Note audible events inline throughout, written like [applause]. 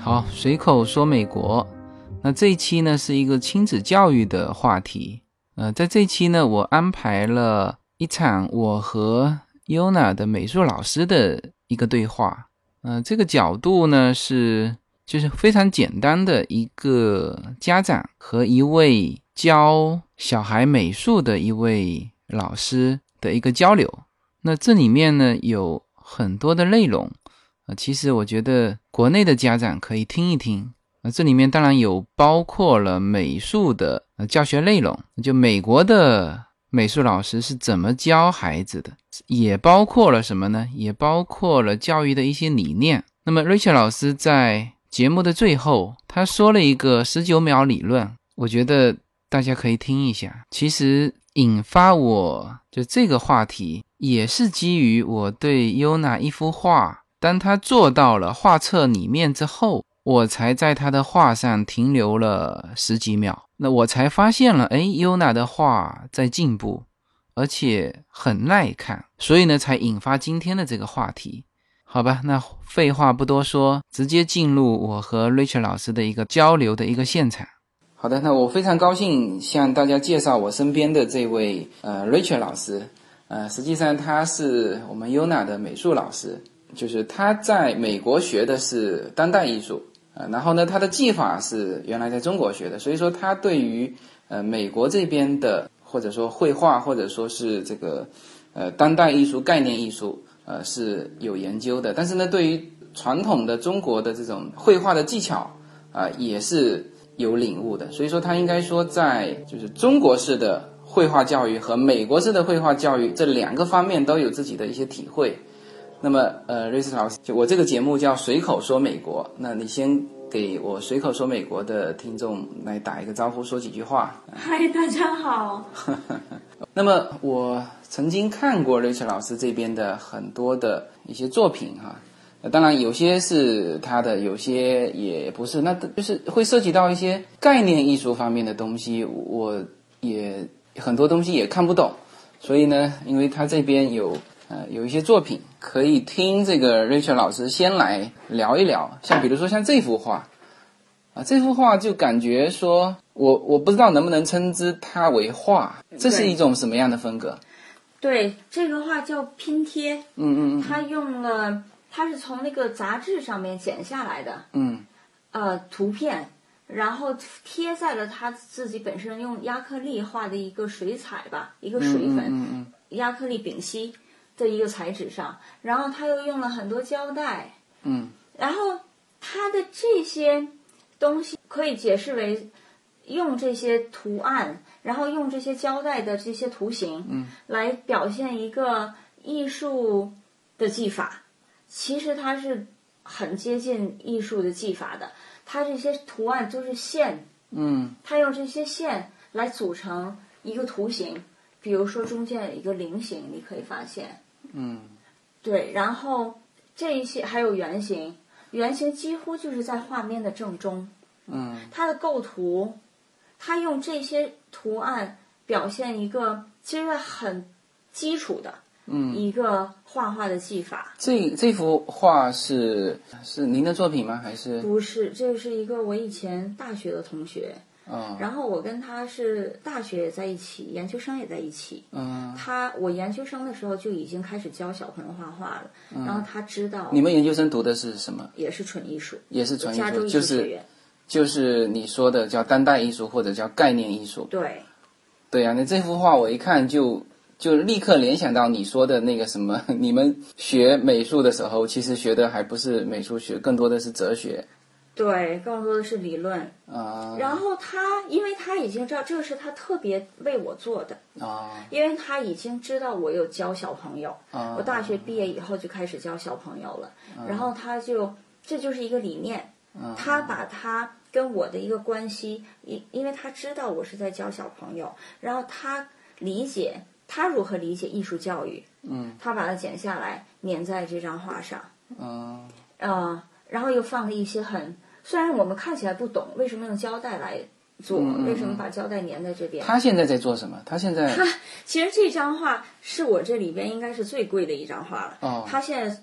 好，随口说美国。那这一期呢是一个亲子教育的话题。呃，在这一期呢，我安排了一场我和 Yuna 的美术老师的一个对话。呃，这个角度呢是就是非常简单的一个家长和一位教小孩美术的一位老师的一个交流。那这里面呢有很多的内容。啊，其实我觉得国内的家长可以听一听啊，这里面当然有包括了美术的呃教学内容，就美国的美术老师是怎么教孩子的，也包括了什么呢？也包括了教育的一些理念。那么 Rachel 老师在节目的最后，他说了一个十九秒理论，我觉得大家可以听一下。其实引发我就这个话题，也是基于我对 Yuna 一幅画。当他坐到了画册里面之后，我才在他的画上停留了十几秒。那我才发现了，哎，优娜的画在进步，而且很耐看，所以呢，才引发今天的这个话题。好吧，那废话不多说，直接进入我和 Rachel 老师的一个交流的一个现场。好的，那我非常高兴向大家介绍我身边的这位呃 Rachel 老师，呃，实际上他是我们优娜的美术老师。就是他在美国学的是当代艺术啊、呃，然后呢，他的技法是原来在中国学的，所以说他对于呃美国这边的或者说绘画或者说是这个呃当代艺术概念艺术呃是有研究的，但是呢，对于传统的中国的这种绘画的技巧啊、呃、也是有领悟的，所以说他应该说在就是中国式的绘画教育和美国式的绘画教育这两个方面都有自己的一些体会。那么，呃，瑞斯老师，就我这个节目叫《随口说美国》，那你先给我《随口说美国》的听众来打一个招呼，说几句话。嗨，大家好。那么，我曾经看过瑞斯老师这边的很多的一些作品哈、啊，当然有些是他的，有些也不是，那就是会涉及到一些概念艺术方面的东西，我也很多东西也看不懂，所以呢，因为他这边有。呃，有一些作品可以听这个 Rachel 老师先来聊一聊，像比如说像这幅画，啊，这幅画就感觉说，我我不知道能不能称之它为画，这是一种什么样的风格？对，这个画叫拼贴，嗯嗯嗯，他用了，他是从那个杂志上面剪下来的，嗯，呃，图片，然后贴在了他自己本身用亚克力画的一个水彩吧，一个水粉，嗯嗯亚克力丙烯。的一个彩纸上，然后他又用了很多胶带，嗯，然后他的这些东西可以解释为用这些图案，然后用这些胶带的这些图形，嗯，来表现一个艺术的技法。其实它是很接近艺术的技法的，它这些图案就是线，嗯它用这些线来组成一个图形，比如说中间有一个菱形，你可以发现。嗯对，然后这一些还有圆形，圆形几乎就是在画面的正中。嗯它的构图，它用这些图案表现一个其实很基础的嗯，一个画画的技法。这这幅画是是您的作品吗？还是不是，这是一个我以前大学的同学，啊然后我跟他是大学也在一起，研究生也在一起。嗯？他我研究生的时候就已经开始教小朋友画画了，然后他知道嗯你们研究生读的是什么？也是纯艺术，也是纯艺加州术，艺就术学是院。就是你说的叫当代艺术或者叫概念艺术。对，对啊呀、那这幅画我一看就就立刻联想到你说的那个什么， [laughs] 你们学美术的时候，其实学的还不是美术学，更多的是哲学对，更多的是理论。啊然后他，因为他已经知道这是他特别为我做的，啊因为他已经知道我有教小朋友。啊！我大学毕业以后就开始教小朋友了，然后他就这就是一个理念，啊他把他跟我的一个关系，因因为他知道我是在教小朋友，然后他理解他如何理解艺术教育，嗯他把它剪下来粘在这张画上。嗯呃，然后又放了一些很，虽然我们看起来不懂为什么用胶带来做，为什么把胶带粘在这边。他现在在做什么？他现在其实这张画是我这里边应该是最贵的一张画了。哦他现在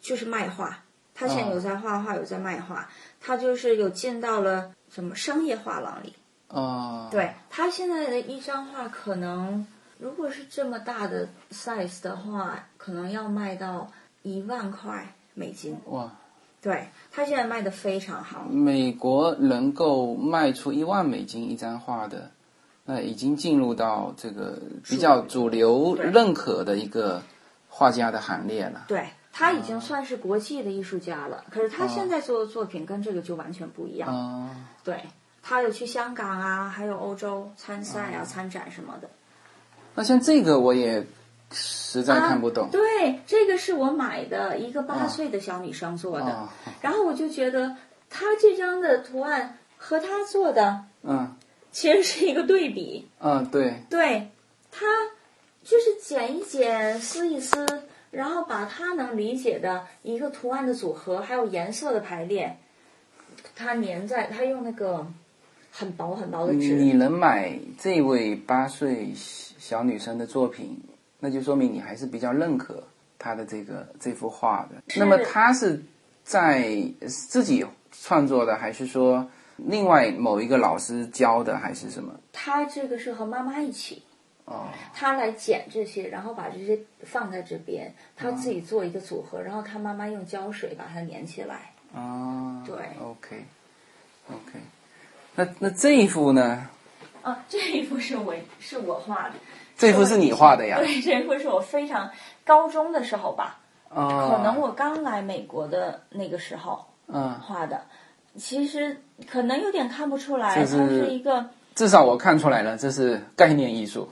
就是卖画，他现在有在画画，有在卖画，他就是有进到了什么商业画廊里。啊，对他现在的一张画，可能如果是这么大的 size 的话，可能要卖到一万块美金。哇，对他现在卖的非常好。美国能够卖出一万美金一张画的，那已经进入到这个比较主流对认可的一个画家的行列了。对他已经算是国际的艺术家了，可是他现在做的作品跟这个就完全不一样。啊，对他有去香港啊，还有欧洲参赛啊、参展什么的。那像这个我也实在看不懂啊。对，这个是我买的一个八岁的小女生做的，啊，然后我就觉得她这张的图案和她做的嗯其实是一个对比。嗯，对，对，她就是剪一剪、撕一撕，然后把她能理解的一个图案的组合，还有颜色的排列，她粘在，她用那个很薄很薄的纸。嗯你能买这位八岁小女生的作品，那就说明你还是比较认可她的这个这幅画的。是那么她是在自己创作的，还是说另外某一个老师教的，还是什么？她这个是和妈妈一起。哦，他来剪这些，然后把这些放在这边，他自己做一个组合，然后他妈妈用胶水把它粘起来。啊，对，OK，OK。那那这一幅呢？啊，这一幅是我是我画的，这幅是你画的呀？对，这一幅是我非常高中的时候吧，啊，可能我刚来美国的那个时候嗯，画的。其实可能有点看不出来，这它是是一个，至少我看出来了，这是概念艺术。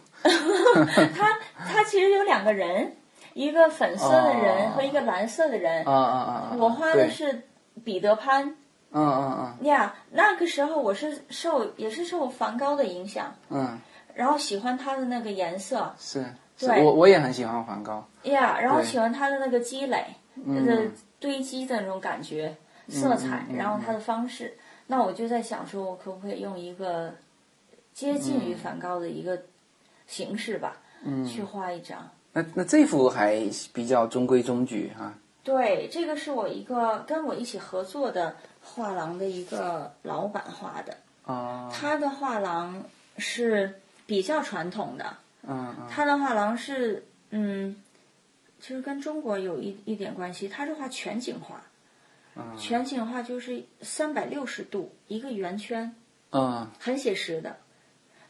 它它其实有两个人，一个粉色的人哦和一个蓝色的人。啊啊啊啊！我画的对，是彼得潘，嗯嗯呀那个时候我是受也是受梵高的影响，嗯嗯，然后喜欢他的那个颜色是，是对我我也很喜欢梵高。呀然后对喜欢他的那个积累的嗯堆积的那种感觉、色嗯，彩嗯然后他的方式。那我就在想说，我可不可以用一个接近于梵高的一个形式吧，去嗯，画一张。那那这幅还比较中规中矩哈、对，这个是我一个跟我一起合作的画廊的一个老板画的，啊。他的画廊是比较传统的，嗯嗯他的画廊是，嗯，其实跟中国有一一点关系，他是画全景画，嗯全景画就是三百六十度一个圆圈，嗯很写实的。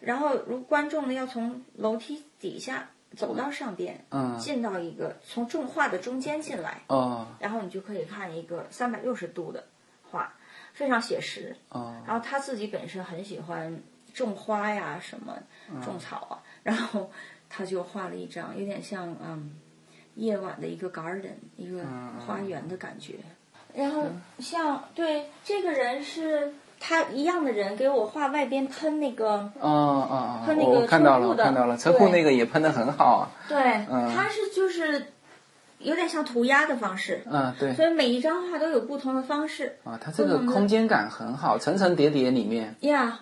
然后，如观众呢要从楼梯底下走到上边，嗯进到一个从重画的中间进来，哦然后你就可以看一个三百六十度的画，非常写实。哦然后他自己本身很喜欢种花呀，什么嗯种草啊，然后他就画了一张有点像嗯夜晚的一个 garden 一嗯个花园的感觉。然后像对这个人是他一样的人，给我画外边喷那个，哦哦他哦！那个我看到了，车库我的看到了，车库对那个也喷的很好啊。对，嗯他是就是有点像涂鸦的方式，嗯，对所以每一张画都有不同的方式。啊，它这嗯个空间感很好，层层叠叠里面呀、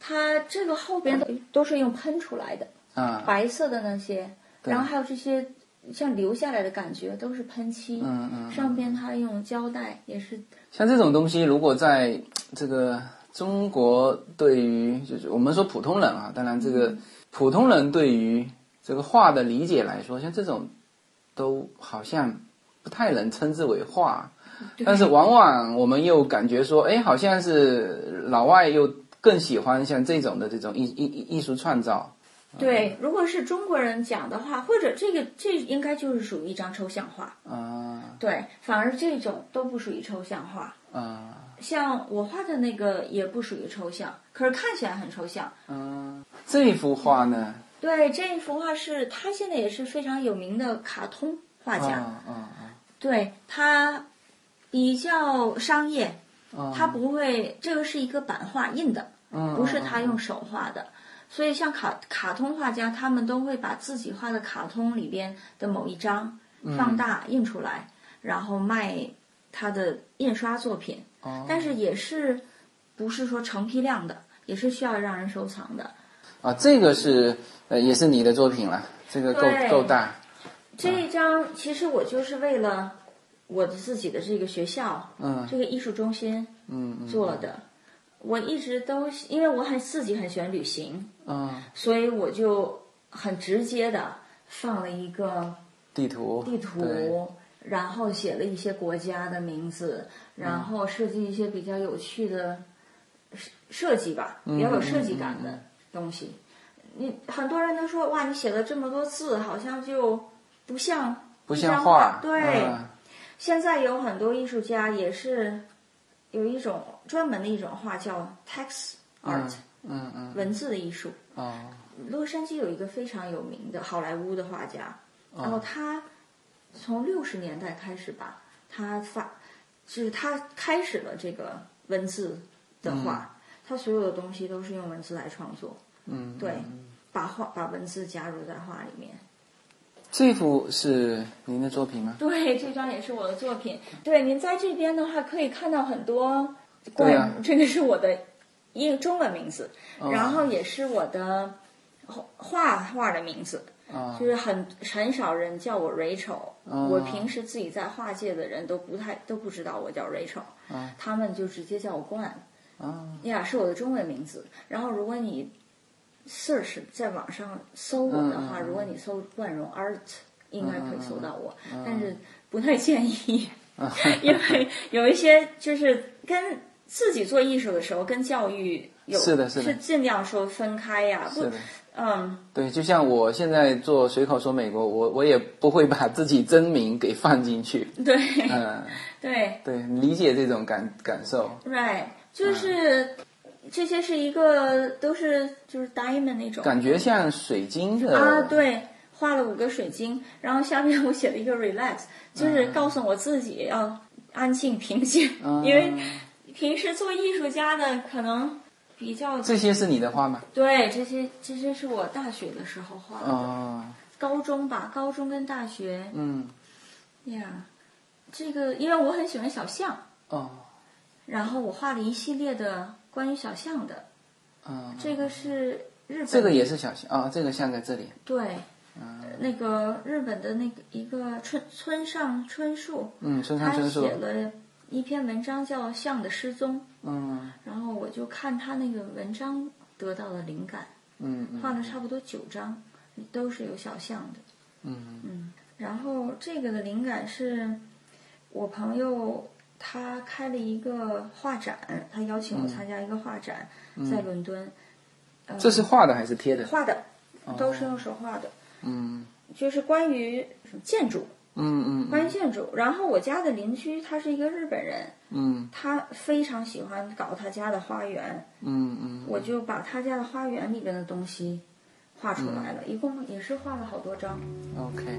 它这个后边的都是用喷出来的。啊，白色的那些，对然后还有这些像留下来的感觉都是喷漆，嗯嗯。上边它用胶带也是，像这种东西，如果在这个中国，对于就是我们说普通人啊，当然这个嗯普通人对于这个画的理解来说，像这种都好像不太能称之为画，但是往往我们又感觉说，哎，好像是老外又更喜欢像这种的这种艺艺艺艺术创造。对，如果是中国人讲的话，或者这个这应该就是属于一张抽象画，啊对，反而这种都不属于抽象画。啊像我画的那个也不属于抽象，可是看起来很抽象。啊！这幅画呢？对，这一幅画是他现在也是非常有名的卡通画啊家，啊对他比较商业，啊！它不会，这个是一个版画印的，不不是哦他用手画的。所以像卡卡通画家，他们都会把自己画的卡通里边的某一张放大印出来，然后卖他的印刷作品。但是也是不是说成批量的，也是需要让人收藏的。啊，这个是呃，也是你的作品了，这个够对够大这一张其实我就是为了我的自己的这个学校，嗯这个艺术中心嗯嗯做的。我一直都因为我很自己很喜欢旅行，嗯，所以我就很直接的放了一个地图地对图，然后写了一些国家的名字，嗯然后设计一些比较有趣的设设计吧，比较有设计感嗯嗯的东西。你很多人都说哇，你写了这么多字，好像就不像不一像张画，对，嗯现在有很多艺术家也是有一种专门的一种画叫 text art，、嗯嗯文字的艺术。哦洛杉矶有一个非常有名的好莱坞的画家，啊然后他从六十年代开始吧，他发就是他开始了这个文字的画，他所有的东西都是用文字来创作，嗯，对嗯把画把文字加入在画里面。 [laughs] 这幅是您的作品吗？对，这张也是我的作品。对，您在这边的话可以看到很多对啊这个是我的英中文名字，哦然后也是我的画画的名字。啊就是很很少人叫我 Rachel，、哦我平时自己在画界的人都不太都不知道我叫 Rachel，、哦他们就直接叫我冠，啊呀、是我的中文名字。然后如果你 search 在网上搜我的嗯嗯话，嗯如果你搜冠荣 art，应该可以搜到我，嗯但是不太建 [laughs] 议， [laughs] 因为有一些就是跟自己做艺术的时候跟教育有是的是的尽量说分开呀、不是的。嗯。对，就像我现在做随口说美国，我我也不会把自己真名给放进去。对、嗯，对，对，理解这种感感受。 Right，就是、嗯这些是一个都是就是 diamond 那种感觉像水晶的啊，对，画了五个水晶，然后下面我写了一个 relax，就是告诉我自己要安静平静，嗯 [laughs] 因为平时做艺术家的可能比较这些是你的画吗？对这些这些是我大学的时候画的，哦，高中吧，高中跟大学嗯，呀这个因为我很喜欢小象，哦，然后我画了一系列的关于小象的。嗯，这个是日本，这个也是小象啊、这个像在这里。嗯对，那个日本的那个一个村村上春树，嗯，村上他春树写。了一篇文章叫《象的失踪》，嗯然后我就看他那个文章得到了灵感，嗯嗯画了差不多九张，都是有小象的。嗯嗯，然后这个的灵感是我朋友他开了一个画展，他邀请我参加一个画展，在伦敦。呃嗯，这是哦画的还是贴的？画的，都是用手画的，嗯就是关于什么建筑，嗯关于嗯建筑。然后我家的邻居他是一个日本人，嗯他非常喜欢搞他家的花园，嗯嗯，我就把他家的花园里边的东西画出来嗯了，一共也是画了好多张。 OK。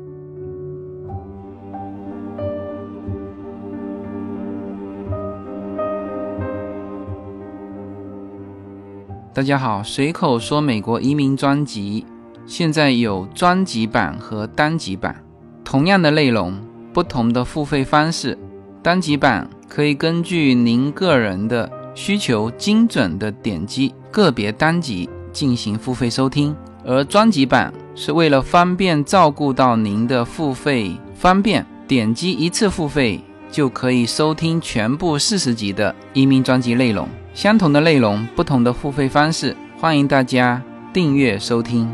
大家好，随口说美国移民专辑现在有专辑版和单集版，同样的内容，不同的付费方式。单集版可以根据您个人的需求精准的点击个别单集进行付费收听，而专辑版是为了方便照顾到您的付费方便，点击一次付费就可以收听全部四十集的移民专辑内容。相同的内容，不同的付费方式，欢迎大家订阅收听。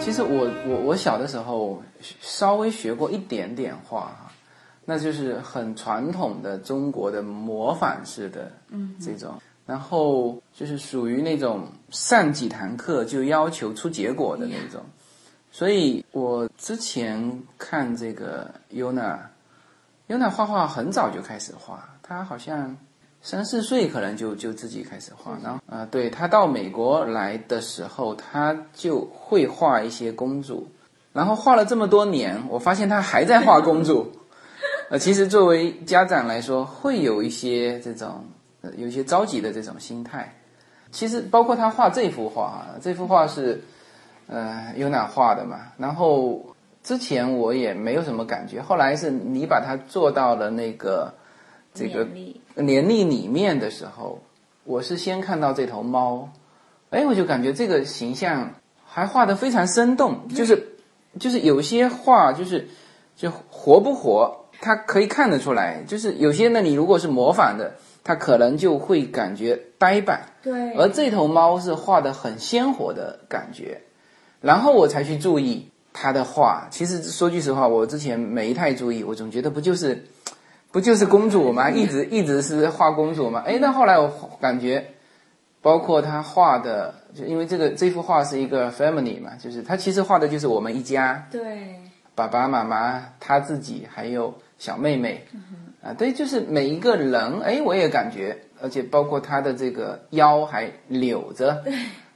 其实我我我小的时候稍微学过一点点画哈，那就是很传统的中国的模仿式的这种，然后就是属于那种上几堂课就要求出结果的那种。所以我之前看这个 Yuna，Yuna 画画很早就开始画，她好像三四岁可能就就自己开始画，然后啊、呃对她到美国来的时候，她就会画一些公主，然后画了这么多年，我发现她还在画公主。呃，其实作为家长来说，会有一些这种呃有一些着急的这种心态。其实包括她画这幅画啊，这幅画是。呃有哪画的嘛。然后之前我也没有什么感觉，后来是你把它做到了那个这个勉励年历里面的时候，我是先看到这头猫，哎，我就感觉这个形象还画得非常生动，就是就是有些画就是就活不活，他可以看得出来，就是有些呢，你如果是模仿的，他可能就会感觉呆板，对，而这头猫是画的很鲜活的感觉，然后我才去注意它的画。其实说句实话，我之前没太注意，我总觉得不就是不就是公主吗？一直一直是画公主吗？哎，但后来我感觉，包括他画的，就因为这个这幅画是一个 family 嘛，就是他其实画的就是我们一家，对，爸爸妈妈、他自己还有小妹妹，嗯啊，对，就是每一个人，哎，我也感觉，而且包括他的这个腰还扭着，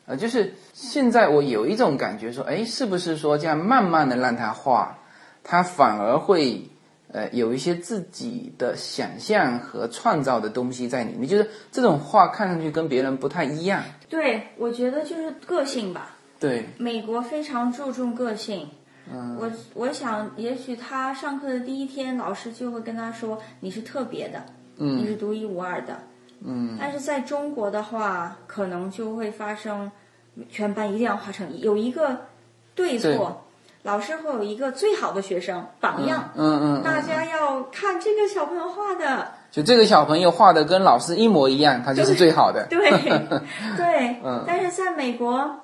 啊，就是现在我有一种感觉说，哎，是不是说这样慢慢的让他画，他反而会呃有一些自己的想象和创造的东西在里面，就是这种画看上去跟别人不太一样，对，我觉得就是个性吧。对，美国非常注重个性。嗯我我想，也许他上课的第一天，老师就会跟他说：“你是特别的，嗯你是独一无二的。”嗯。但是在中国的话，可能就会发生全班一定要画成有一个对错，对老师会有一个最好的学生榜样，嗯嗯，嗯大家要看这个小朋友画的，就这个小朋友画的跟老师一模一样，他就是最好的， [laughs] 对对。嗯但是在美国，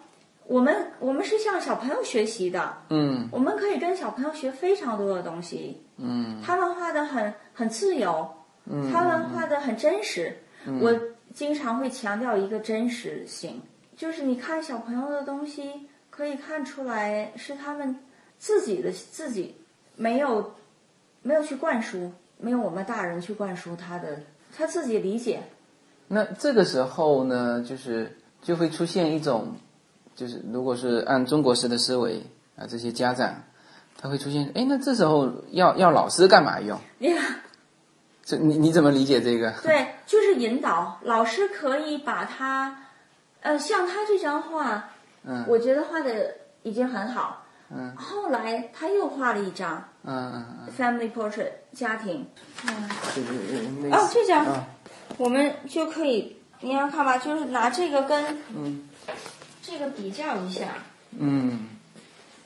我们我们是向小朋友学习的，嗯。我们可以跟小朋友学非常多的东西。嗯，他们画的很很自由，嗯，他们画的很真实。我经常会强调一个真实性，就是你看小朋友的东西，可以看出来是他们自己的自己没有没有去灌输，没有我们大人去灌输他的他自己理解。那这个时候呢，就是就会出现一种，就是如果是按中国式的思维啊，这些家长他会出现，哎，那这时候要要老师干嘛用？你这你你怎么理解这个？对，就是引导老师可以把他，呃，像他这张画，嗯，我觉得画的已经很好，嗯，后来他又画了一张嗯嗯嗯， family portrait 家庭，就是类似哦，这张、啊我们就可以，你要看吧，就是拿这个跟这个比较一下，嗯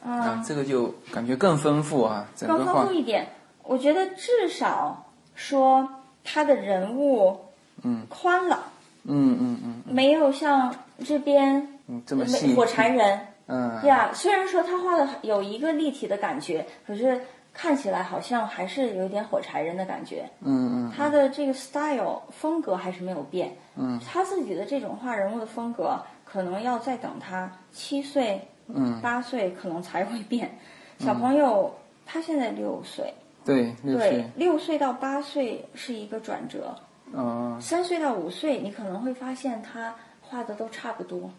嗯，啊，这个就感觉更丰富啊，整更个丰画富一点。我觉得至少说他的人物，嗯，宽了，嗯嗯嗯没有像这边嗯这么没细，火柴人。嗯呀虽然说他画的有一个立体的感觉，可是看起来好像还是有一点火柴人的感觉。嗯嗯他的这个 style 风格还是没有变。嗯，他自己的这种画人物的风格，可能要再等他七岁、嗯，八岁，可能才会变。 [laughs] 小朋友、他现在六岁，对，六对岁，，六岁到八岁是一个转折，哦，三岁到五岁，你可能会发现他画的都差不多，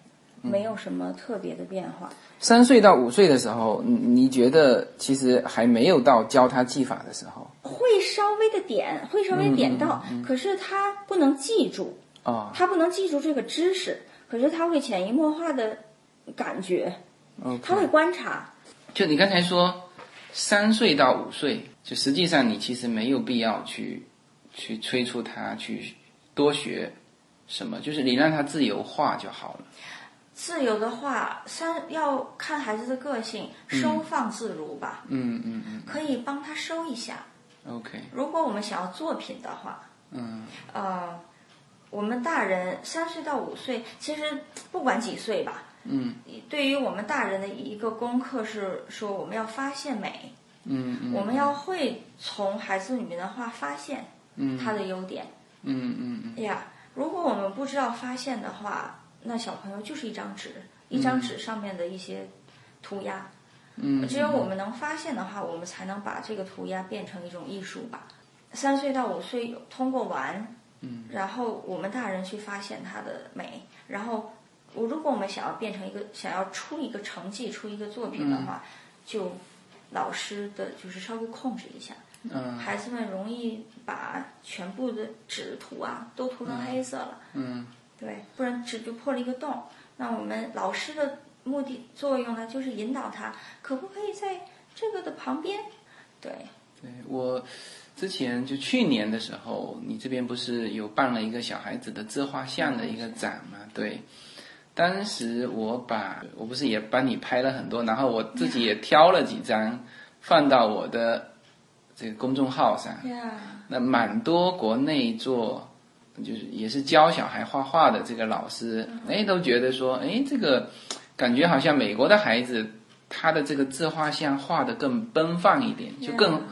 嗯没有什么特别的变化。三岁到五岁的时候，你你觉得其实还没有到教他技法的时候会稍微的点，会稍嗯微点到，可是他不能记住，哦，他不能记住这个知识，可是他会潜移默化的感觉， OK 他会观察，就你刚才说，三岁到五岁，就实际上你其实没有必要去去催促他去多学什么，就是你让他自由画就好了。自由的话，三要看孩子的个性，收放自如吧，嗯嗯嗯可以帮他收一下。 ，OK，如果我们想要作品的话，嗯呃，我们大人三岁到五岁，其实不管几岁吧，嗯对于我们大人的一个功课是说，我们要发现美。嗯嗯，我们要会从孩子里面的话发现嗯他的优点嗯嗯嗯呀。如果我们不知道发现的话，那小朋友就是一张纸，一张纸上面的一些涂鸦。嗯，只有我们能发现的话，我们才能把这个涂鸦变成一种艺术吧。三岁到五岁通过玩，嗯，然后我们大人去发现它的美，然后我如果我们想要变成一个想要出一个成绩、出一个作品的话，就老师的就是稍微控制一下，嗯孩子们容易把全部的纸涂啊都涂成黑色了，嗯对，不然纸就破了一个洞。那我们老师的目的作用呢，就是引导他，可不可以在这个的旁边？对，对我之前就去年的时候，你这边不是有办了一个小孩子的自画像的一个展嘛？对，当时我把我不是也帮你拍了很多，然后我自己也挑了几张放到我的这个公众号上。呀，那蛮多国内做就是也是教小孩画画的这个老师，哎，都觉得说，哎，这个感觉好像美国的孩子他的这个自画像画的更奔放一点，就更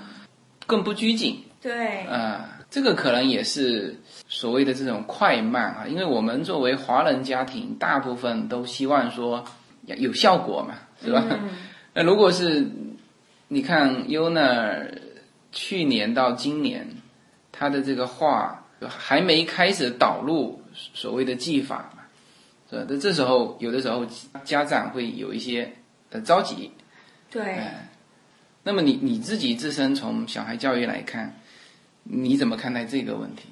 更不拘谨对啊、这个可能也是所谓的这种快慢啊，因为我们作为华人家庭，大部分都希望说要有效果嘛，是吧？嗯 [laughs] 那如果是你看 Yuna 去年到今年，他的这个画还没开始导入所谓的技法嘛，是吧？那这时候有的时候家长会有一些呃着急。对。哎那么你你自己自身从小孩教育来看，你怎么看待这个问题？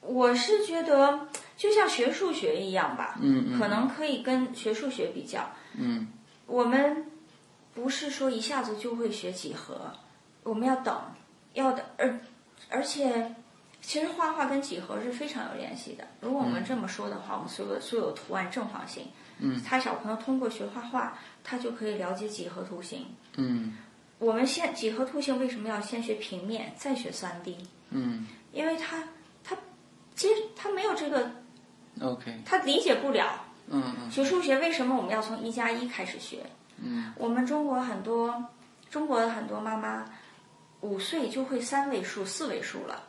我是觉得就像学数学一样吧，嗯嗯，可能可以跟学数学比较。嗯，我们不是说一下子就会学几何，我们要等，要的，而而且。其实画画跟几何是非常有联系的。如果我们这么说的话，我们所有的所有图案正方形，嗯，他小朋友通过学画画，他就可以了解几何图形。嗯我们先几何图形为什么要先学平面，再学三 D？嗯因为他他接他没有这个，OK，他理解不了。嗯嗯学数学为什么我们要从一加一开始学？嗯，我们中国很多中国的很多妈妈五岁就会三位数、四位数了。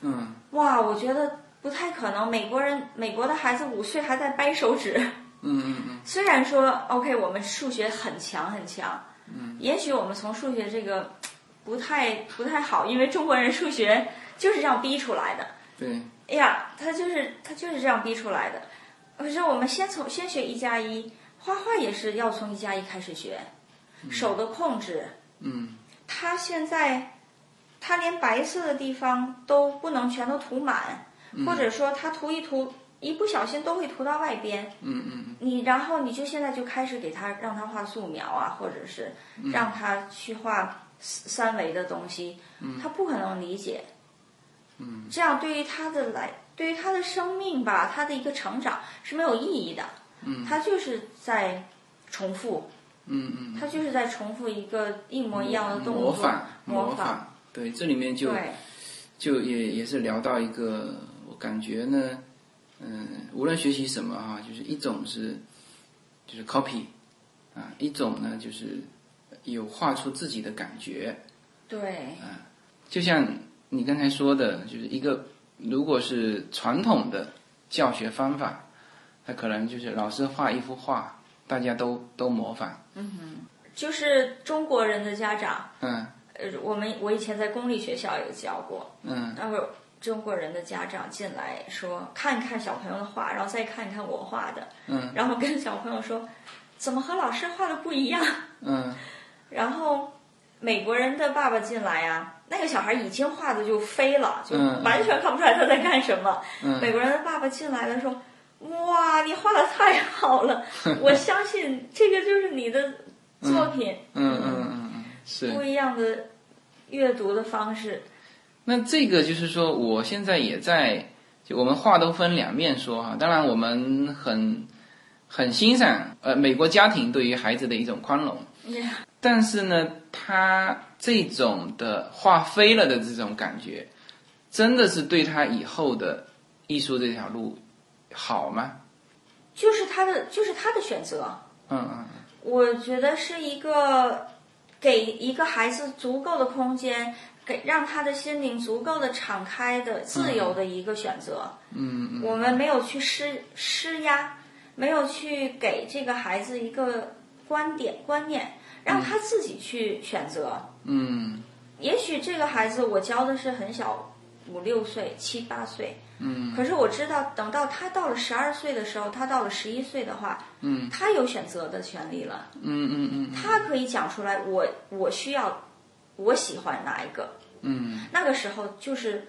嗯哇，我觉得不太可能。美国人美国的孩子五岁还在掰手指， [laughs] 嗯嗯虽然说 OK 我们数学很强很强，嗯，也许我们从数学这个不太不太好，因为中国人数学就是这样逼出来的。嗯，对，哎呀，他就是他就是这样逼出来的。可是我们先从先学一加一，画画也是要从一加一开始学，手的控制。嗯他现在他连白色的地方都不能全都涂满，或者说他涂一涂，一不小心都会涂到外边。嗯嗯你然后你就现在就开始给他让他画素描啊，或者是嗯让他去画三三维的东西，嗯他不可能理解。嗯，这样对于他的来，对于他的生命吧，他的一个成长是没有意义的。嗯，他就是在重复，嗯嗯，他就是在重复一个一模一样的动作，模仿模模仿，对，这里面就对就也也是聊到一个，我感觉呢，嗯、无论学习什么哈、就是一种是就是 copy 啊，一种呢就是有画出自己的感觉，对嗯就像你刚才说的，就是一个如果是传统的教学方法，它可能就是老师画一幅画，大家都都模仿，就是中国人的家长，嗯呃，我们我以前在公立学校也教过，嗯那会儿中国人的家长进来说，看一看小朋友的画，然后再看一看我画的，嗯然后跟小朋友说，怎么和老师画的不一样？ [laughs] 嗯然后美国人的爸爸进来呀、那个小孩已经画的就飞了，就嗯嗯完全看不出来他在干什么。嗯美国人的爸爸进来了说。哇，你画的太好 [laughs] 了！我相信这个就是你的作品，嗯嗯嗯嗯，是。不一样的阅读的方式。那这个就是说，我现在也在，就我们话都分两面说哈。当然，我们很很欣赏呃美国家庭对于孩子的一种宽容，但是呢，他这种的画飞了的这种感觉，真的是对他以后的艺术这条路好吗？就是他的，就是他的选择。嗯嗯我觉得是一个给一个孩子足够的空间，给让他的心灵足够的敞开的、自由的一个选择。嗯嗯我们没有去施施压，没有去给这个孩子一个观点观念，让他自己去选择。嗯也许这个孩子我教的是很小，五六岁、七八岁。嗯可是我知道，等到他到了十二岁的时候，他到了十一岁的话，嗯他有选择的权利了。嗯嗯嗯嗯他可以讲出来我，我需要，我喜欢哪一个。嗯那个时候就是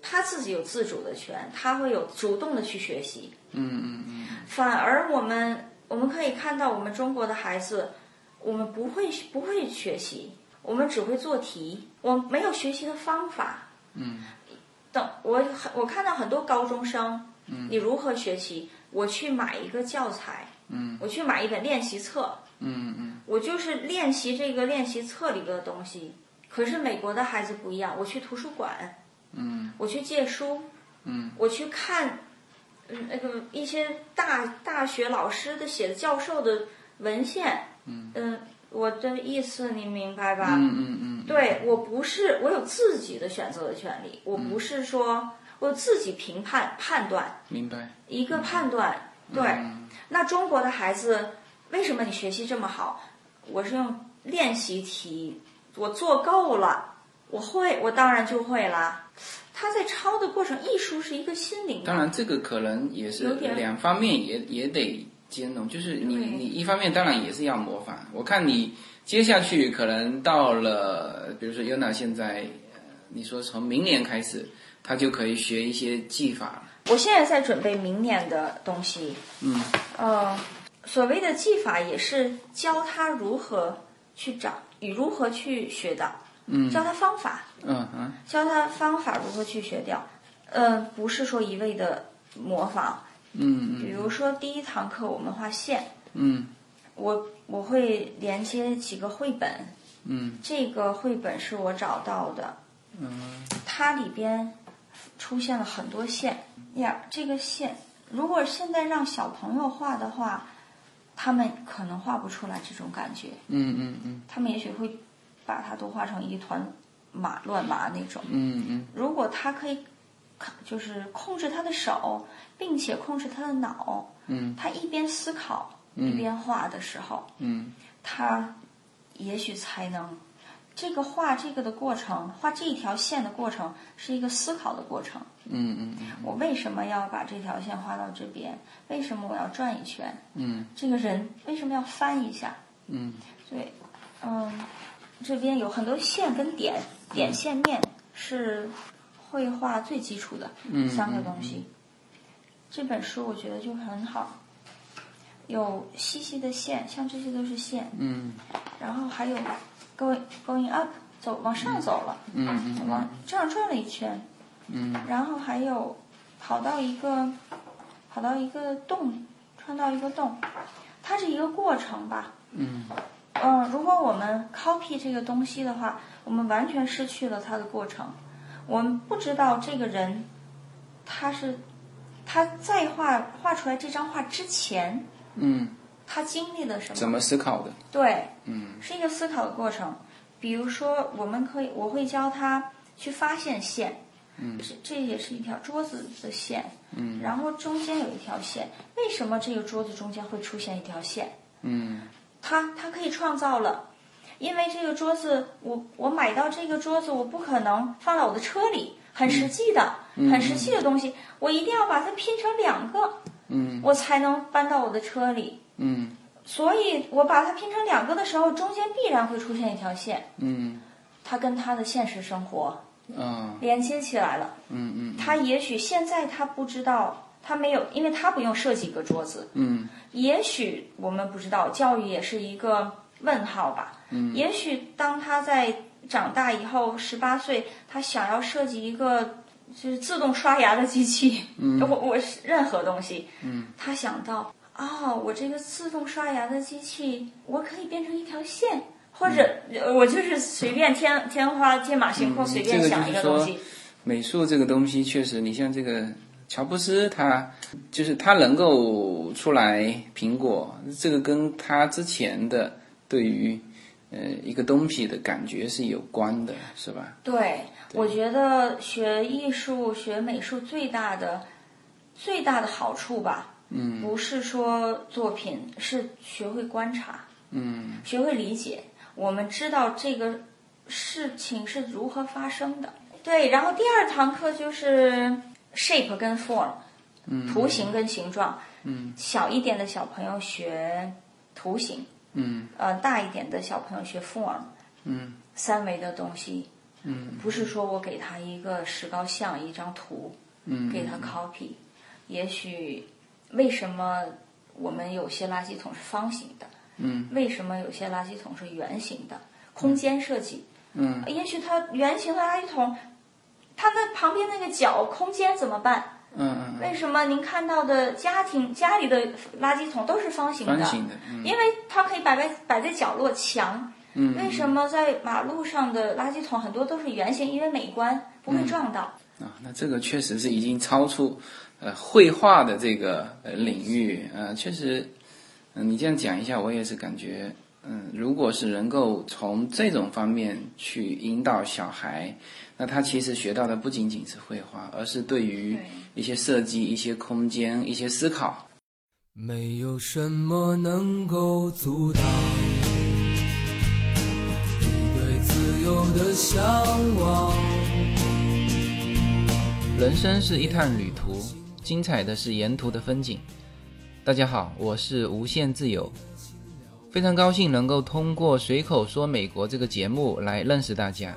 他自己有自主的权，他会有主动的去学习。嗯嗯反而我们我们可以看到，我们中国的孩子，我们不会不会学习，我们只会做题，我们没有学习的方法。嗯，等我我看到很多高中生，你如何学习？我去买一个教材，嗯嗯，我去买一本练习册，嗯嗯我就是练习这个练习册里的东西。可是美国的孩子不一样，我去图书馆，嗯我去借书，嗯，我去看，嗯，那个一些大大学老师的写的教授的文献，嗯、我的意思你明白吧？嗯嗯嗯，对我不是，我有自己的选择的权利，我嗯不是说我自己评判判断明白。一个判断。对，嗯那中国的孩子为什么你学习这么好？我是用练习题，我做够了，我会，我当然就会啦。他在抄的过程，艺术是一个心灵的，当然，这个可能也是有点两方面也也得兼容，就是你对你一方面当然也是要模仿。我看你接下去可能到了，比如说 Yuna 现在，呃你说从明年开始，他就可以学一些技法了。我现在在准备明年的东西。嗯，呃，所谓的技法也是教他如何去找，与如何去学到。嗯教他方法，嗯嗯教他方法如何去学掉。呃，不是说一味的模仿。比嗯如说第一堂课我们画线，嗯我我会连接几个绘本，嗯这个绘本是我找到的，嗯它里边出现了很多线呀。这个线，如果现在让小朋友画的话，他们可能画不出来这种感觉，嗯嗯嗯他们也许会把它都画成一团麻乱麻那种。嗯嗯如果他可以，就是控制他的手，并且控制他的脑，嗯他一边思考一边画的时候，嗯他也许才能。这个画这个的过程，画这一条线的过程，是一个思考的过程。嗯我为什么要把这条线画到这边？为什么我要转一圈？嗯这个人为什么要翻一下？嗯对，嗯，这边有很多线跟点，点嗯线面是绘画最基础的嗯三个东西。这本书我觉得就很好，有细细的线，像这些都是线，嗯然后还有 going going up 走往上走了，嗯嗯往这样转了一圈，嗯然后还有跑到一个跑到一个洞，穿到一个洞，它是一个过程吧。嗯嗯，如果我们 copy 这个东西的话，我们完全失去了它的过程，我们不知道这个人他是他在画画出来这张画之前，嗯，他经历了什么？怎么思考的？对，嗯是一个思考的过程。比如说，我们可以，我会教他去发现线，嗯这这也是一条桌子的线，嗯然后中间有一条线，为什么这个桌子中间会出现一条线？嗯他他可以创造了，因为这个桌子，我我买到这个桌子，我不可能放到我的车里，很实际的，很实际的东西，我一定要把它拼成两个，嗯我才能搬到我的车里。嗯所以我把它拼成两个的时候，中间必然会出现一条线，嗯它跟他的现实生活啊连接起来了。嗯嗯他也许现在他不知道，他没有，因为他不用设计一个桌子，嗯也许我们不知道，教育也是一个问号吧。嗯，也许当他在长大以后，十八岁，他想要设计一个就是自动刷牙的机器，嗯， [laughs] 我我是任何东西，嗯，他想到哦，我这个自动刷牙的机器，我可以变成一条线。或者嗯呃我就是随便天天花天马行空，随便想一这个就东是说西。美术这个东西确实，你像这个乔布斯他，就是他能够出来苹果，这个呃跟他之前的对于呃一个东西的感觉是有关的，是吧？对，我觉得学艺术、学美术最大的最大的好处吧，嗯，不是说作品，是学会观察，嗯学会理解。我们知道这个事情是如何发生的。对，然后第二堂课就是 shape 跟 form，嗯图形跟形状。嗯，小一点的小朋友学图形，嗯呃，大一点的小朋友学 form。嗯三维的东西，嗯，不是说我给他一个石膏像、一张图，嗯，给他 copy，也许为什么我们有些垃圾桶是方形的，嗯，为什么有些垃圾桶是圆形的？空间设计，嗯，也许它圆形的垃圾桶，它那旁边那个角空间怎么办？嗯嗯嗯，为什么您看到的家庭家里的垃圾桶都是方形的？方形的，嗯因为它可以摆在摆在角落墙。嗯，为什么在马路上的垃圾桶很多都是圆形？因为美观，不会撞到。啊，那这个确实是已经超出呃绘画的这个呃领域，呃，确实，嗯、你这样讲一下，我也是感觉，嗯、如果是能够从这种方面去引导小孩，那他其实学到的不仅仅是绘画，而是对于对一些设计、一些空间、一些思考。没有什么能够阻挡你对自由的向往。人生是一趟旅途，精彩的是沿途的风景。大家好，我是无限自由，非常高兴能够通过《随口说美国》这个节目来认识大家。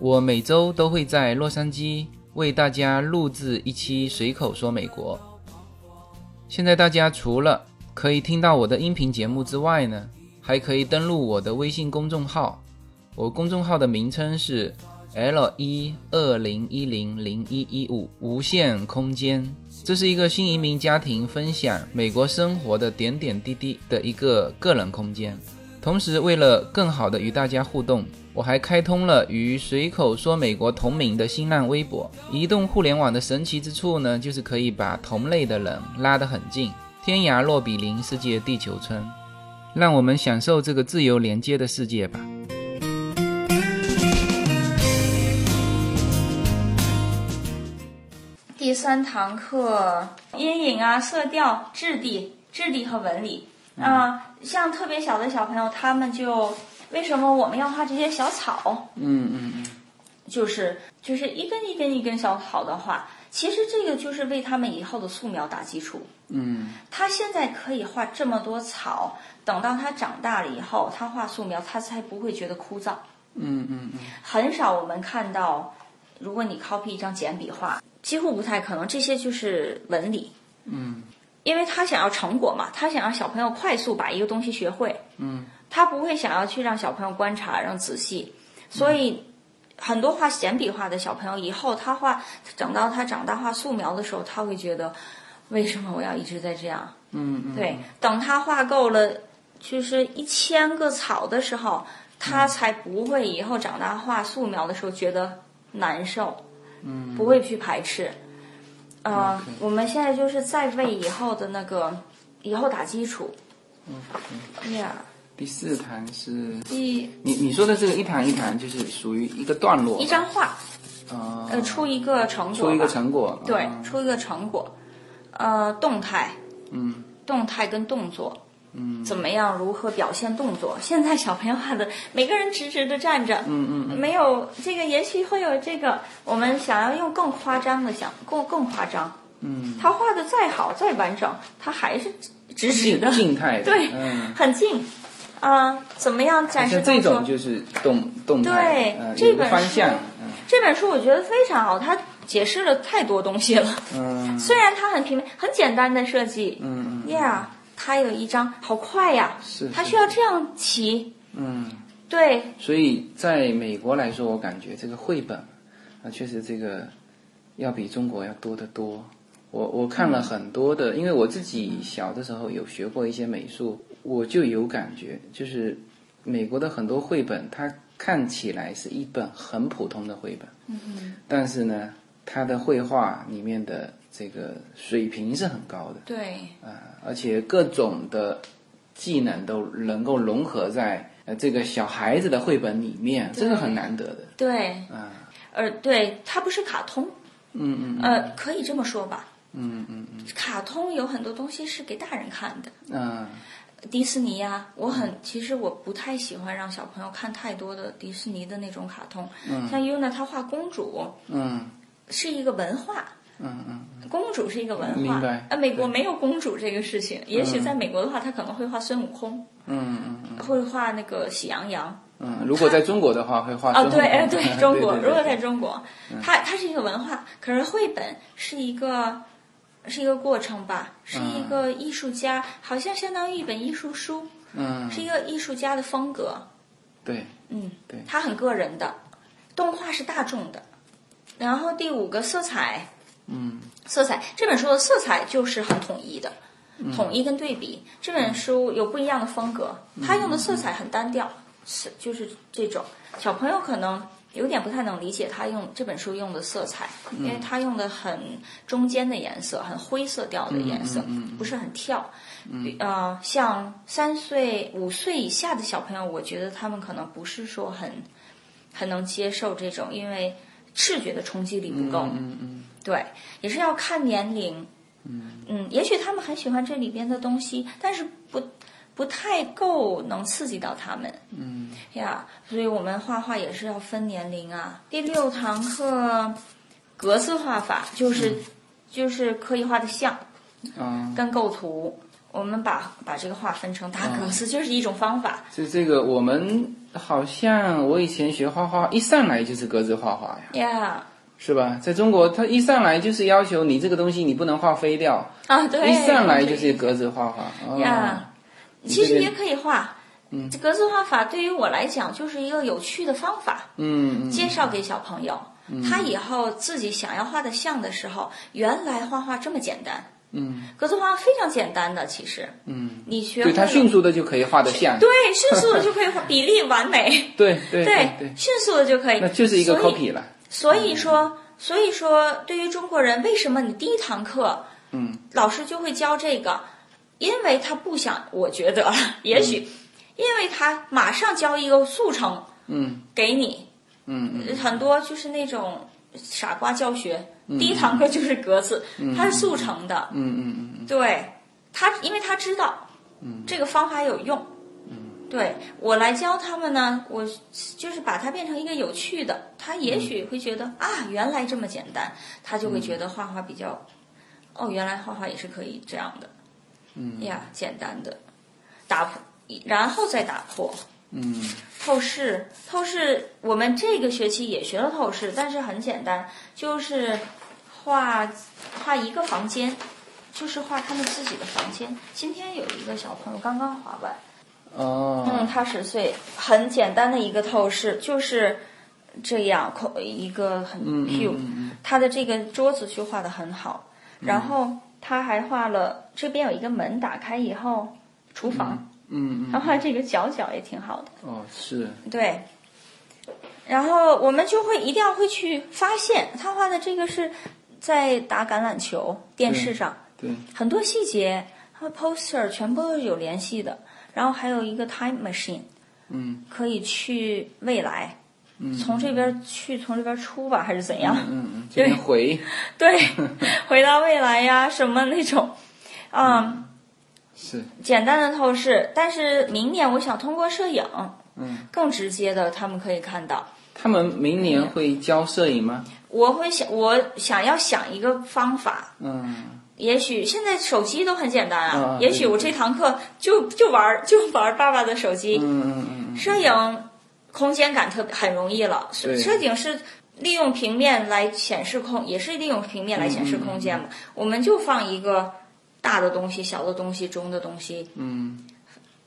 我每周都会在洛杉矶为大家录制一期《随口说美国》。现在大家除了可以听到我的音频节目之外呢，还可以登录我的微信公众号，我公众号的名称是 L 一二零一零零一一五无限空间。这是一个新移民家庭分享美国生活的点点滴滴的一个个人空间。同时，为了更好的与大家互动，我还开通了与“随口说美国”同名的新浪微博。移动互联网的神奇之处呢，就是可以把同类的人拉得很近，天涯若比邻，世界地球村。让我们享受这个自由连接的世界吧。第三堂课阴影啊、色调、质地、质地和纹理嗯啊、像特别小的小朋友，他们就为什么我们要画这些小草？嗯嗯嗯。就是就是一根一根一根小草的话，其实这个就是为他们以后的素描打基础。嗯他现在可以画这么多草，等到他长大了以后，他画素描，他才不会觉得枯燥。嗯嗯很少我们看到，如果你 copy 一张简笔画，几乎不太可能。这些就是纹理，嗯因为他想要成果嘛，他想让小朋友快速把一个东西学会，嗯他不会想要去让小朋友观察，让仔细。所嗯以，很多画简笔画的小朋友，以后他画，等到他长大画素描的时候，他会觉得，为什么我要一直在这样？嗯嗯。对，等他画够了，就是一千个草的时嗯候，他才不会以后长大画素描的时候觉得难受，嗯，不会去排斥。呃 OK 我们现在就是在为以后的那个以后打基础。呀，第四堂是一你你说的这个一堂一堂，就是属于一个段落吧，一张画，啊呃，出一个成果吧，出一个成果，对，嗯出一个成果，呃，动态，嗯，动态跟动作，嗯，怎么样，如何表现动作？现在小朋友画的，每个人直直的站着，嗯没有这个，也许会有这个，我们想要用更夸张的想，更更夸张，嗯，他画的再好再完整，他还是直直静的，静态的，对嗯，很近，啊、怎么样展示像动这作种？就是动动态，对呃这有个本方向书，嗯这本书我觉得非常好，它解释了太多东西了。嗯虽然它很平面，很简单的设计，嗯嗯， ，Yeah，它有一张好快呀，是它是需要这样骑，嗯，对，所以在美国来说，我感觉这个绘本啊，确实这个要比中国要多得多。我我看了很多的，因为我自己小的时候有学过一些美术，我就有感觉，就是美国的很多绘本，它看起来是一本很普通的绘本，嗯，但是呢，它的绘画里面的这个水平是很高的。对，而且各种的技能都能够融合在呃这个小孩子的绘本里面，这个很难得的。对，啊，呃，对，它不是卡通，嗯嗯嗯呃，可以这么说吧，嗯嗯嗯卡通有很多东西是给大人看的，嗯啊，迪士尼呀、我嗯很其实我不太喜欢让小朋友看太多的迪士尼的那种卡通，像 Yuna 她画公主嗯是一个文化，嗯嗯嗯公主是一个文化，明白呃，美国没有公主这个事情，也许在美国的话，她可能会画孙悟空，嗯嗯会画那个喜羊羊，嗯，如果在中国的话，会画啊，孙悟对，哎，空，对中国， [laughs] 对对嗯如果在中国，它它是一个文化，可是绘本是一个是一个过程吧，是一个艺术家，好像相当于一本艺术书，嗯是一个艺术家的风格，对嗯，对它很个人的，动画是大众的，然后第五个色彩，嗯色彩这本书的色彩就是很统一的，统一跟对比。这本书有不一样的风格，它用的色彩很单调，是就是这种小朋友可能有点不太能理解他用这本书用的色彩，因为他用的很中间的颜色，很灰色调的颜色，嗯嗯嗯不是很跳。呃，像三岁、五岁以下的小朋友，我觉得他们可能不是说很很能接受这种，因为视觉的冲击力不够。嗯嗯对，也是要看年龄。嗯也许他们很喜欢这里边的东西，但是不不太够能刺激到他们嗯呀。所以我们画画也是要分年龄啊。第六堂课格子画法就是、就是刻意画的像嗯啊，跟构图，我们把把这个画分成打格哦子， [laughs] 就是一种方法。就这个我们好像我以前学画画，一上来就是格子画画呀，呀、是吧？在中国，它一上来就是要求你这个东西你不能画飞掉，啊，对，一上来就是格子画画。哦呀这其个实也可以画。嗯，格子画法对于我来讲就是一个有趣的方法。嗯嗯介绍给小朋友，他以后自己想要画的像的时候，原来画画这么简单，嗯格子画非常简单的，其实嗯，你学会对，它了迅速的就可以画得像。对迅速的就可以画比例完美，对 [laughs] 对对，迅速的就可以，那就是一个所以 copy 嗯了。所以说，所以说，对于中国人，为什么你第一堂课，嗯，老师就会教这个？因为他不想，我觉得啊也许，因为他马上教一个速成嗯给你，嗯嗯很多就是那种傻瓜教学， [laughs] 第一堂课就是格子，它是速成的，嗯嗯嗯嗯，对他，因为他知道，这个方法有用，对我来教他们呢，我就是把它变成一个有趣的，他也许会觉得、啊，原来这么简单，他就会觉得画画比较，哦，原来画画也是可以这样的，嗯呀，简单的打破，然后再打破，嗯透视，透视，我们这个学期也学了透视，但是很简单，就是画画一个房间，就是画他们自己的房间。今天有一个小朋友刚刚画完，嗯，哦，他十岁，很简单的一个透视，就是这样，空一个很嗯 cute，、嗯他的这个桌子就画的很好，然后他还画了这边有一个门打开以后，厨房，嗯他画这个角角也挺好的。哦是，对，然后我们就会一定要会去发现，他画的这个是在打橄榄球，电嗯视上对，很多细节，他 poster 全部都是有联系的。然后还有一个 time machine，嗯可以去未来，嗯，从这边去，从这边啊出吧，还是怎样？嗯嗯，这边回， [laughs] 对， [laughs] 回到未来呀，什么那种，嗯，是，简单的透视。但是明年我想通过摄影嗯，更直接的，他们可以看到。他们明年会教摄影吗？我会想，我想要想一个方法，嗯也许现在手机都很简单啊，啊也许我这堂课就就玩儿就玩儿爸爸的手机，嗯嗯嗯摄影空间感特别很容易了，对摄摄影是利用平面来显示空，也是利用平面来显示嗯空间嘛，我们就放一个大的东西、小的东西、中的东西，嗯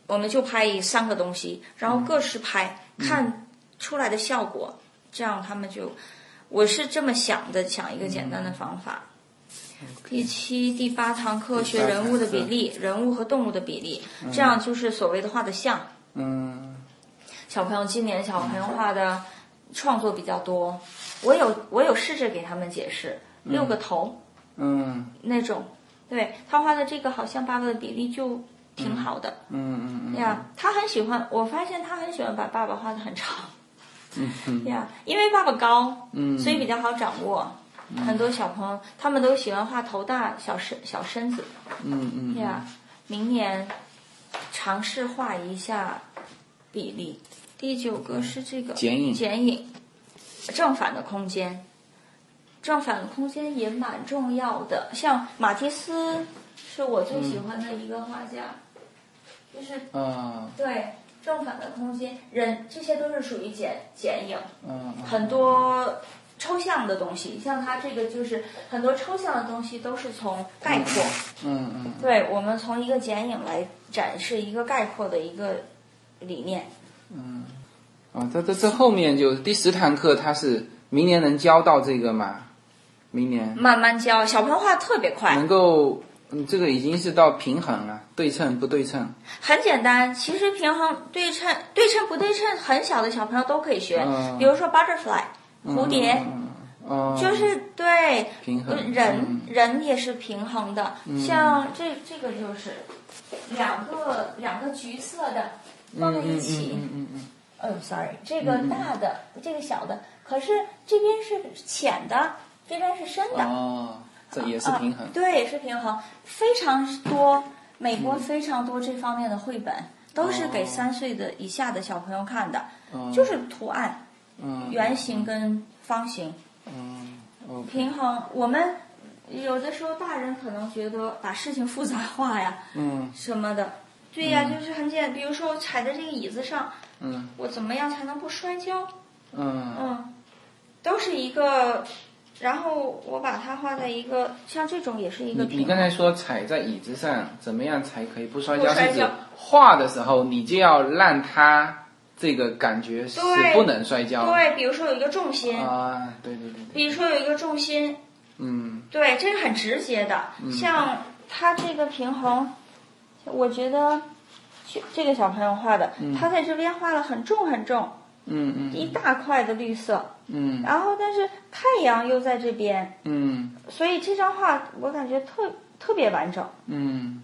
我们就拍三个东西，然后各式拍，看出来的效果，这样他们就，我是这么想的，想一个简单的方法。第七、第八堂课学人物的比例，人物和动物的比例，这样就是所谓的画的像。嗯小朋友今年小朋友画的创作比较多，我有我有试着给他们解释六个头嗯那种，对他画的这个好像爸爸的比例就挺好的。嗯嗯嗯，呀，他很喜欢，我发现他很喜欢把爸爸画的很长。嗯呀，因为爸爸高，嗯，所以比较好掌握。很多小朋友他们都喜欢画头大、小身、小身子。嗯嗯呀，明年尝试画一下比例。第九个是这个剪影剪影，正反的空间，正反的空间也蛮重要的。像马蒂斯是我最嗯喜欢的一个画家，就是啊对，正反的空间，人这些都是属于剪剪影，嗯很多抽象的东西，像它这个就是很多抽象的东西都是从概括，嗯嗯对我们从一个剪影来展示一个概括的一个理念。嗯，啊，这这这后面就第十堂课，他是明年能教到这个吗？明年慢慢教，小朋友画得特别快，能够，嗯，这个已经是到平衡了，对称不对称，很简单。其实平衡、对称、对称不对称，很小的小朋友都可以学。嗯比如说 butterfly 蝴蝶，嗯，哦，就是对平衡人、嗯人也是平衡的。像这这个就是两个两个橘色的放在一起。嗯嗯嗯哦，sorry，这个大的，这个小的，可是这边是浅的，这边是深嗯，的，哦，这也是平衡啊，对，也是平衡，非常多，美国非常多这方面的绘本，都是给嗯哦三岁的以下的小朋友看的，哦就是图案、嗯圆形跟方形嗯，OK，平衡。我们有的时候大人可能觉得把事情复杂化呀嗯什么的，对呀，就是很简单，比如说我踩在这个椅子上，嗯我怎么样才能不摔跤？嗯嗯，都是一个，然后我把它画在一个，像这种也是一你个你平刚衡。才说踩在椅子上，怎么样才可以不摔不跤？摔是指跤画的时候，你就要让它这个感觉是对不能摔跤。对，比如说有一个重心，啊，对对对对，比如说有一个重心，嗯对，这个很直接的，像它这个平衡，我觉得。这这个小朋友画的，他在这边画了很重很重嗯嗯一大块的绿色，嗯然后但是太阳又在这边，嗯所以这张画我感觉特特别完整。嗯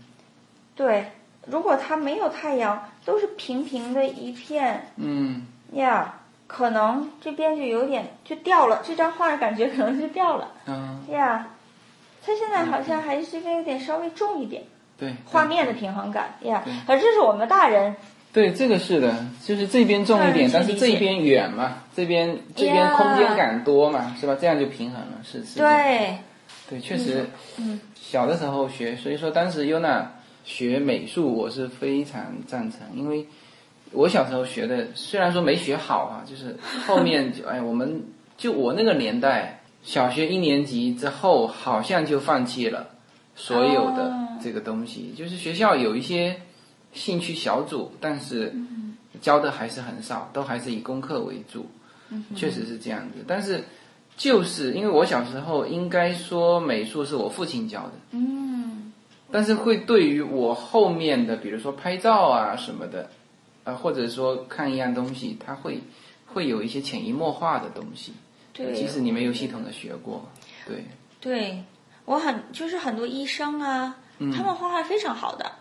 对，如果它没有太阳，都是平平的一片嗯呀可能这边就有点就掉了，这张画感觉可能就掉了嗯，呀。它现在好像还是这边有点稍微重一点，对，画面的平衡感呀。可是这是我们大人对这个是的，就是这边重一点，但当然去是理解这边远嘛，这边这边 Yeah 空间感多嘛，是吧？这样就平衡了，是是这样。对对，确实，嗯，小的时候学，所以说当时 Yuna 学美术，我是非常赞成，因为 [laughs] 我小时候学的，虽然说没学好啊，就是后面就哎，我们就我那个年代，小学一年级之后，好像就放弃了所有的哦这个东西，就是学校有一些兴趣小组，但是教的还是很少，都还是以功课为主，确实是这样子，但是。就是因为我小时候应该说美术是我父亲教的，嗯但是会对于我后面的，比如说拍照啊什么的，啊，或者说看一样东西，它会会有一些潜移默化的东西，对即使你没有系统的学过，对，对，我很就是很多医生啊，他们画画非常好的，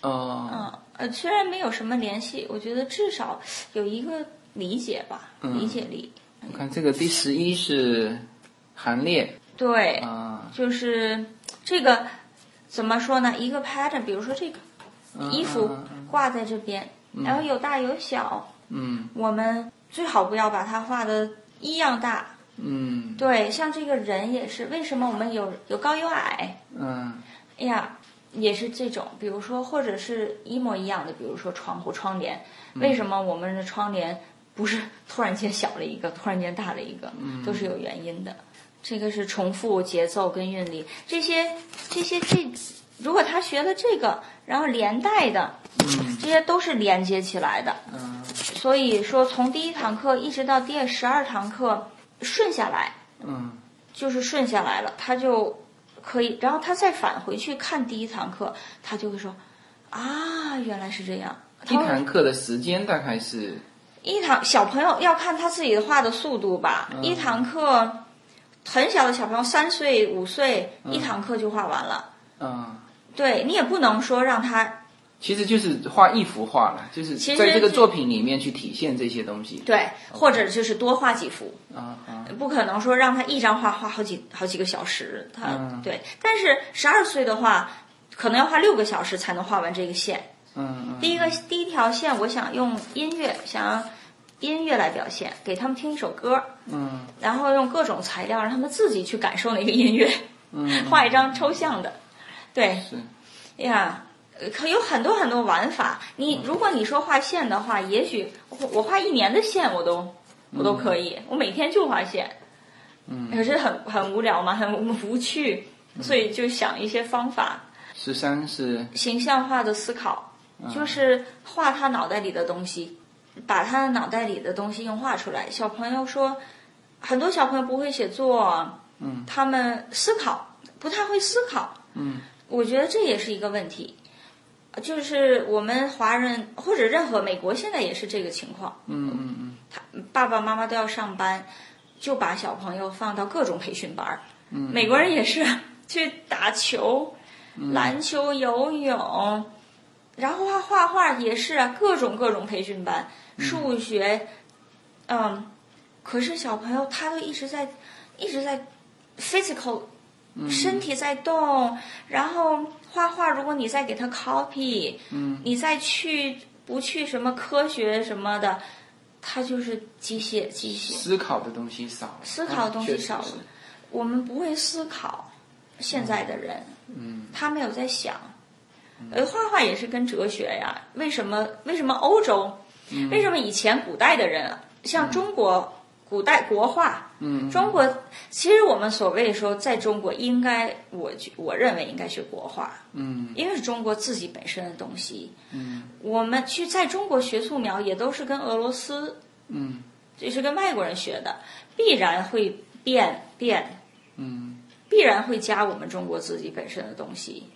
哦，嗯，呃，虽然没有什么联系，我觉得至少有一个理解吧，嗯理解力。我看这个第十一是行列对，啊，就是这个怎么说呢？一个 pattern，比如说这个嗯衣服挂在这边，然后有大有小，嗯我们最好不要把它画的一样大。嗯对，像这个人也是，为什么我们有有高有矮嗯哎呀？也是这种，比如说，或者是一模一样的，比如说窗户窗帘，为什么我们的窗帘不是突然间小了一个， [laughs] 突然间大了一个，都是有原因的。这个是重复节奏跟韵律，这些这些这，如果他学了这个，然后连带的，这些都是连接起来的。嗯所以说，从第一堂课一直到第十二堂课顺下来，嗯就是顺下来了，他就可以，然后他再返回去看第一堂课，他就会说啊，原来是这样。一他会堂课的时间大概是一堂小朋友要看他自己画的速度吧，嗯一堂课很小的小朋友三岁五岁、一堂课就画完了，嗯。对你也不能说让他其实就是画一幅画了，就是其实在这个是作品里面去体现这些东西。对，或者就是多画几幅，啊啊，不可能说让他一张画画好几好几个小时，他、嗯对，但是十二岁的话，可能要画六个小时才能画完这个线。嗯嗯第一个第一条线，我想用音乐，想让音乐来表现，给他们听一首歌，嗯然后用各种材料让他们自己去感受那个音乐， [laughs] 嗯，画一张抽象的，对是。呀。呃可有很多很多玩法。你如果你说画线的话，也许我我画一年的线我都我都可以，我每天就画线。嗯，可是很很无聊嘛，很无无趣，所以就想一些方法。十三是形象化的思考，嗯就是画他脑袋里的东西，把他脑袋里的东西用画出来。小朋友说，很多小朋友不会写作，嗯，他们思考不太会思考，嗯，我觉得这也是一个问题，就是我们华人或者任何美国现在也是这个情况，嗯嗯嗯，爸爸妈妈都要上班，就把小朋友放到各种培训班儿。美国人也是去打球、嗯篮球、游泳，然后画画画也是啊，各种各种培训班，数学，嗯，可是小朋友他都一直在一直在 physical 嗯身体在动，然后画画，如果你再给他 copy，嗯你再去不去什么科学什么的，他就是机械机械。思考的东西少了，思考的东西嗯确实少了是我们不会思考，现在的人，嗯他没有在想。呃，画画也是跟哲学呀，为什么为什么欧洲，嗯为什么以前古代的人啊像中国古代国画，嗯，中国其实我们所谓说，在中国应该，我觉我认为应该学国画，嗯因为是中国自己本身的东西。嗯我们去在中国学素描，也都是跟俄罗斯，嗯就是跟外国人学的，必然会变变，嗯，必然会加我们中国自己本身的东西。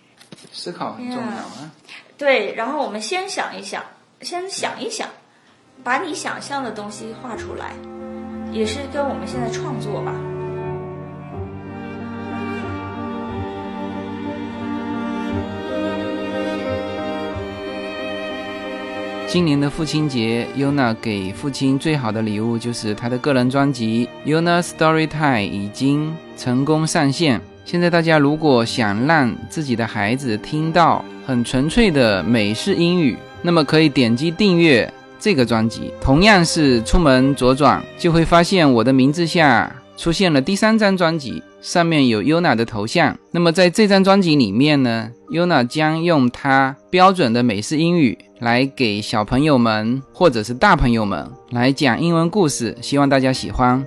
思考很重要啊，对，然后我们先想一想，先想一想，把你想象的东西画出来，也是跟我们现在创作吧。今年的父亲节，Yuna 给父亲最好的礼物就是她的个人专辑《Yuna Story Time》已经成功上线。现在大家如果想让自己的孩子听到很纯粹的美式英语，那么可以点击订阅这个专辑。同样是出门左转，就会发现我的名字下出现了第三张专辑，上面有 Yuna 的头像。那么在这张专辑里面呢，Yuna 将用她标准的美式英语来给小朋友们或者是大朋友们来讲英文故事，希望大家喜欢。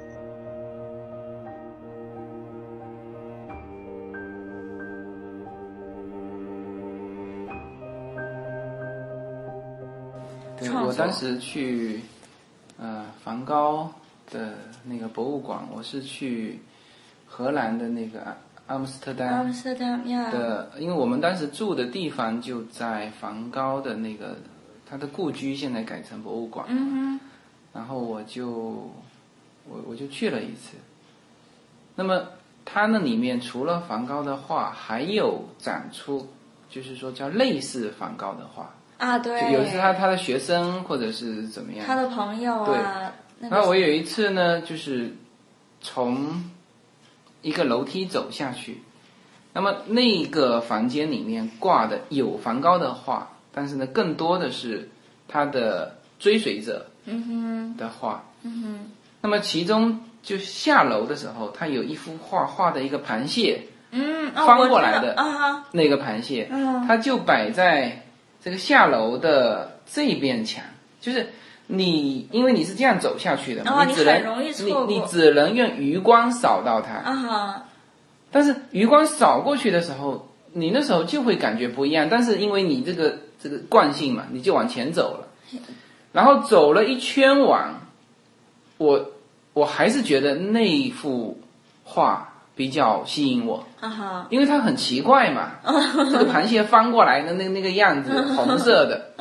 对创我作当时去，呃，梵高的那个博物馆，我是去荷兰的那个阿阿姆斯特阿姆丹斯特丹呀，的，因为我们当时住的地方就在梵高的那个他的故居，现在改成博物馆，嗯哼，然后我就我我就去了一次。那么它那里面除了梵高的画，还有展出，就是说叫类似梵高的画，啊，就对，有时他他的学生或者是怎么样，他的朋友啊，那然后我个有一次呢，就是从一个楼梯走下去，那么那个房间里面挂的有梵高的画，但是呢，更多的是他的追随者嗯哼，的画。嗯哼，那么其中就下楼的时候，他有一幅画画的一个螃蟹，嗯，哦、翻我过知来道的啊哈，那个螃蟹，嗯它就摆在这个下楼的这边墙，就是你因为你是这样走下去的嘛，哦只你能很容易你错过你只能用余光扫到它，啊哈，但是余光扫过去的时候，你那时候就会感觉不一样，但是因为你这个这个惯性嘛，你就往前走了，然后走了一圈往，我我还是觉得那幅画比较吸引我。啊哈，因为它很奇怪嘛，这个螃蟹翻过来的那那个样子，红色的。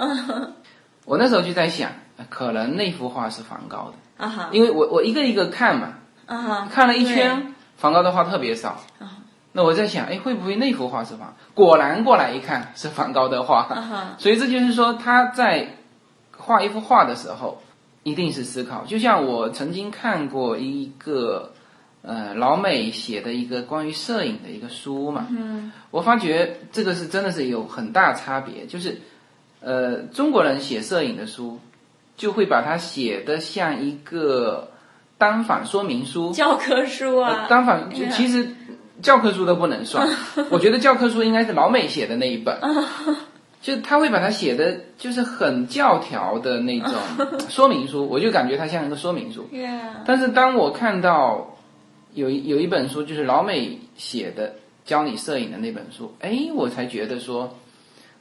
我那时候就在想，呃可能那幅画是梵高的，啊哈，因为我我一个一个看嘛，啊哈，看了一圈，梵高的画特别少。那我在想，哎，会不会那幅画是梵？果然过来一看是梵高的对，啊画，哈，所以这就是说他在画一幅画的时候，一定是思考。就像我曾经看过一个呃老美写的一个关于摄影的一个书嘛，嗯我发觉这个是真的是有很大差别，就是，呃，中国人写摄影的书，就会把它写的像一个单反说明书，教科书啊呃，单反就对啊其实教科书都不能算，我觉得教科书应该是老美写的那一本，就他会把它写的就是很教条的那种说明书，我就感觉它像一个说明书。 yeah，但是当我看到有一有一本书，就是老美写的教你摄影的那本书，哎，我才觉得说，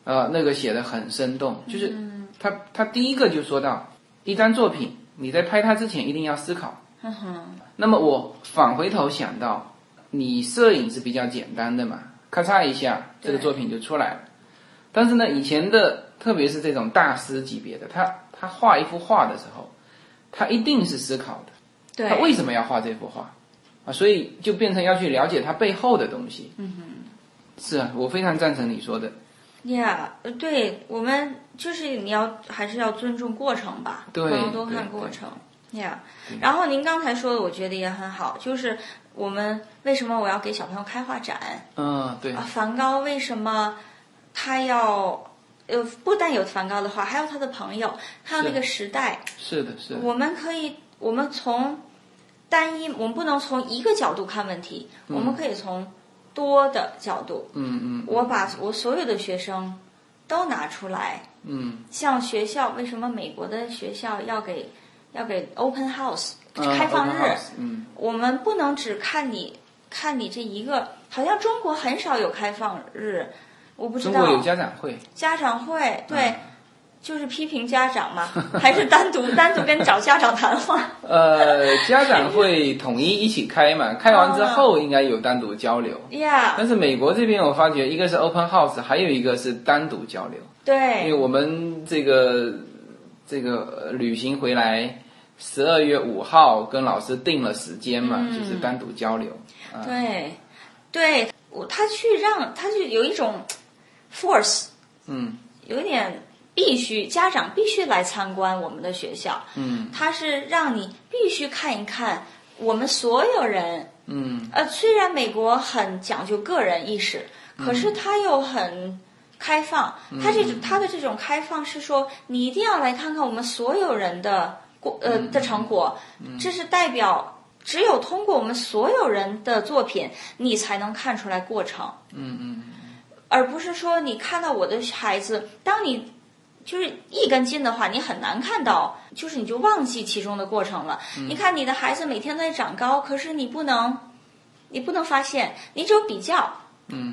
呃，那个写的很生动。就是他他第一个就说到，一张作品你在拍它之前一定要思考。嗯哼，那么我返回头想到，你摄影是比较简单的嘛，咔嚓一下，这个对作品就出来了。但是呢，以前的特别是这种大师级别的，他他画一幅画的时候，他一定是思考的，对他为什么要画这幅画啊？所以就变成要去了解他背后的东西。嗯是啊，我非常赞成你说的。 ，Yeah，呃对我们就是你要还是要尊重过程吧，对然后多看对嗯过程，Yeah。然后您刚才说的，我觉得也很好，就是我们为什么我要给小朋友开画展？嗯，对啊，梵高为什么他要呃，不但有梵高的画，还有他的朋友，还有那个时代，是的，是的，我们可以，我们从单一，我们不能从一个角度看问题，我们可以从多的角度。嗯嗯我把我所有的学生都拿出来，嗯，像学校为什么美国的学校要给要给 open house 嗯开放 open 日？ house，嗯，我们不能只看你看你这一个，好像中国很少有开放日，我不知中道国有家嗯长会，家长会对。就是批评家长嘛，还是单独单独跟找家长谈话？呃， [laughs] 家长会统一一起开嘛，开完之后应该有单独交流。呀、但是美国这边我发觉，一个是 open house，还有一个是单独交流。因为对，我们这个这个呃旅行回来，十二月五号跟老师定了时间嘛，嗯就是单独交流。对，对，我他去让他就有一种 force，嗯有点必须家长必须来参观我们的学校，嗯他是让你必须看一看我们所有人嗯，呃，虽然美国很讲究个人意识，可是它又很开放。它这种它的这种开放是说，你一定要来看看我们所有人的过呃的成果，这是代表。只有通过我们所有人的作品，你才能看出来过程，嗯嗯而不是说你看到我的孩子，当你就是一根筋的话，你很难看到，就是你就忘记其中的过程了。你看你的孩子每天都在长高，可是你不能，你不能发现，你只有比较，嗯，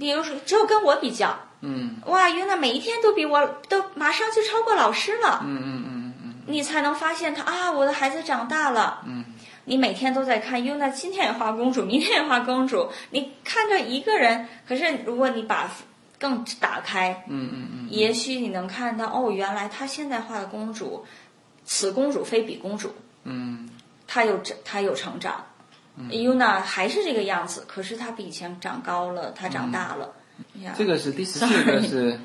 比如说只有跟我比较，嗯哇，原来每一天都比我都马上就超过老师了，嗯嗯嗯嗯你才能发现他啊，我的孩子长大了。嗯，你每天都在看优娜，今天也画公主，明天也画公主。你看着一个人，可是如果你把更打开，嗯嗯嗯，也许你能看到哦，原来他现在画的公主，此公主非彼公主，嗯她有这她有成长。优娜还是这个样子，可是她比以前长高了，她嗯长大了。呀这个是第十四个 Sorry [laughs] 是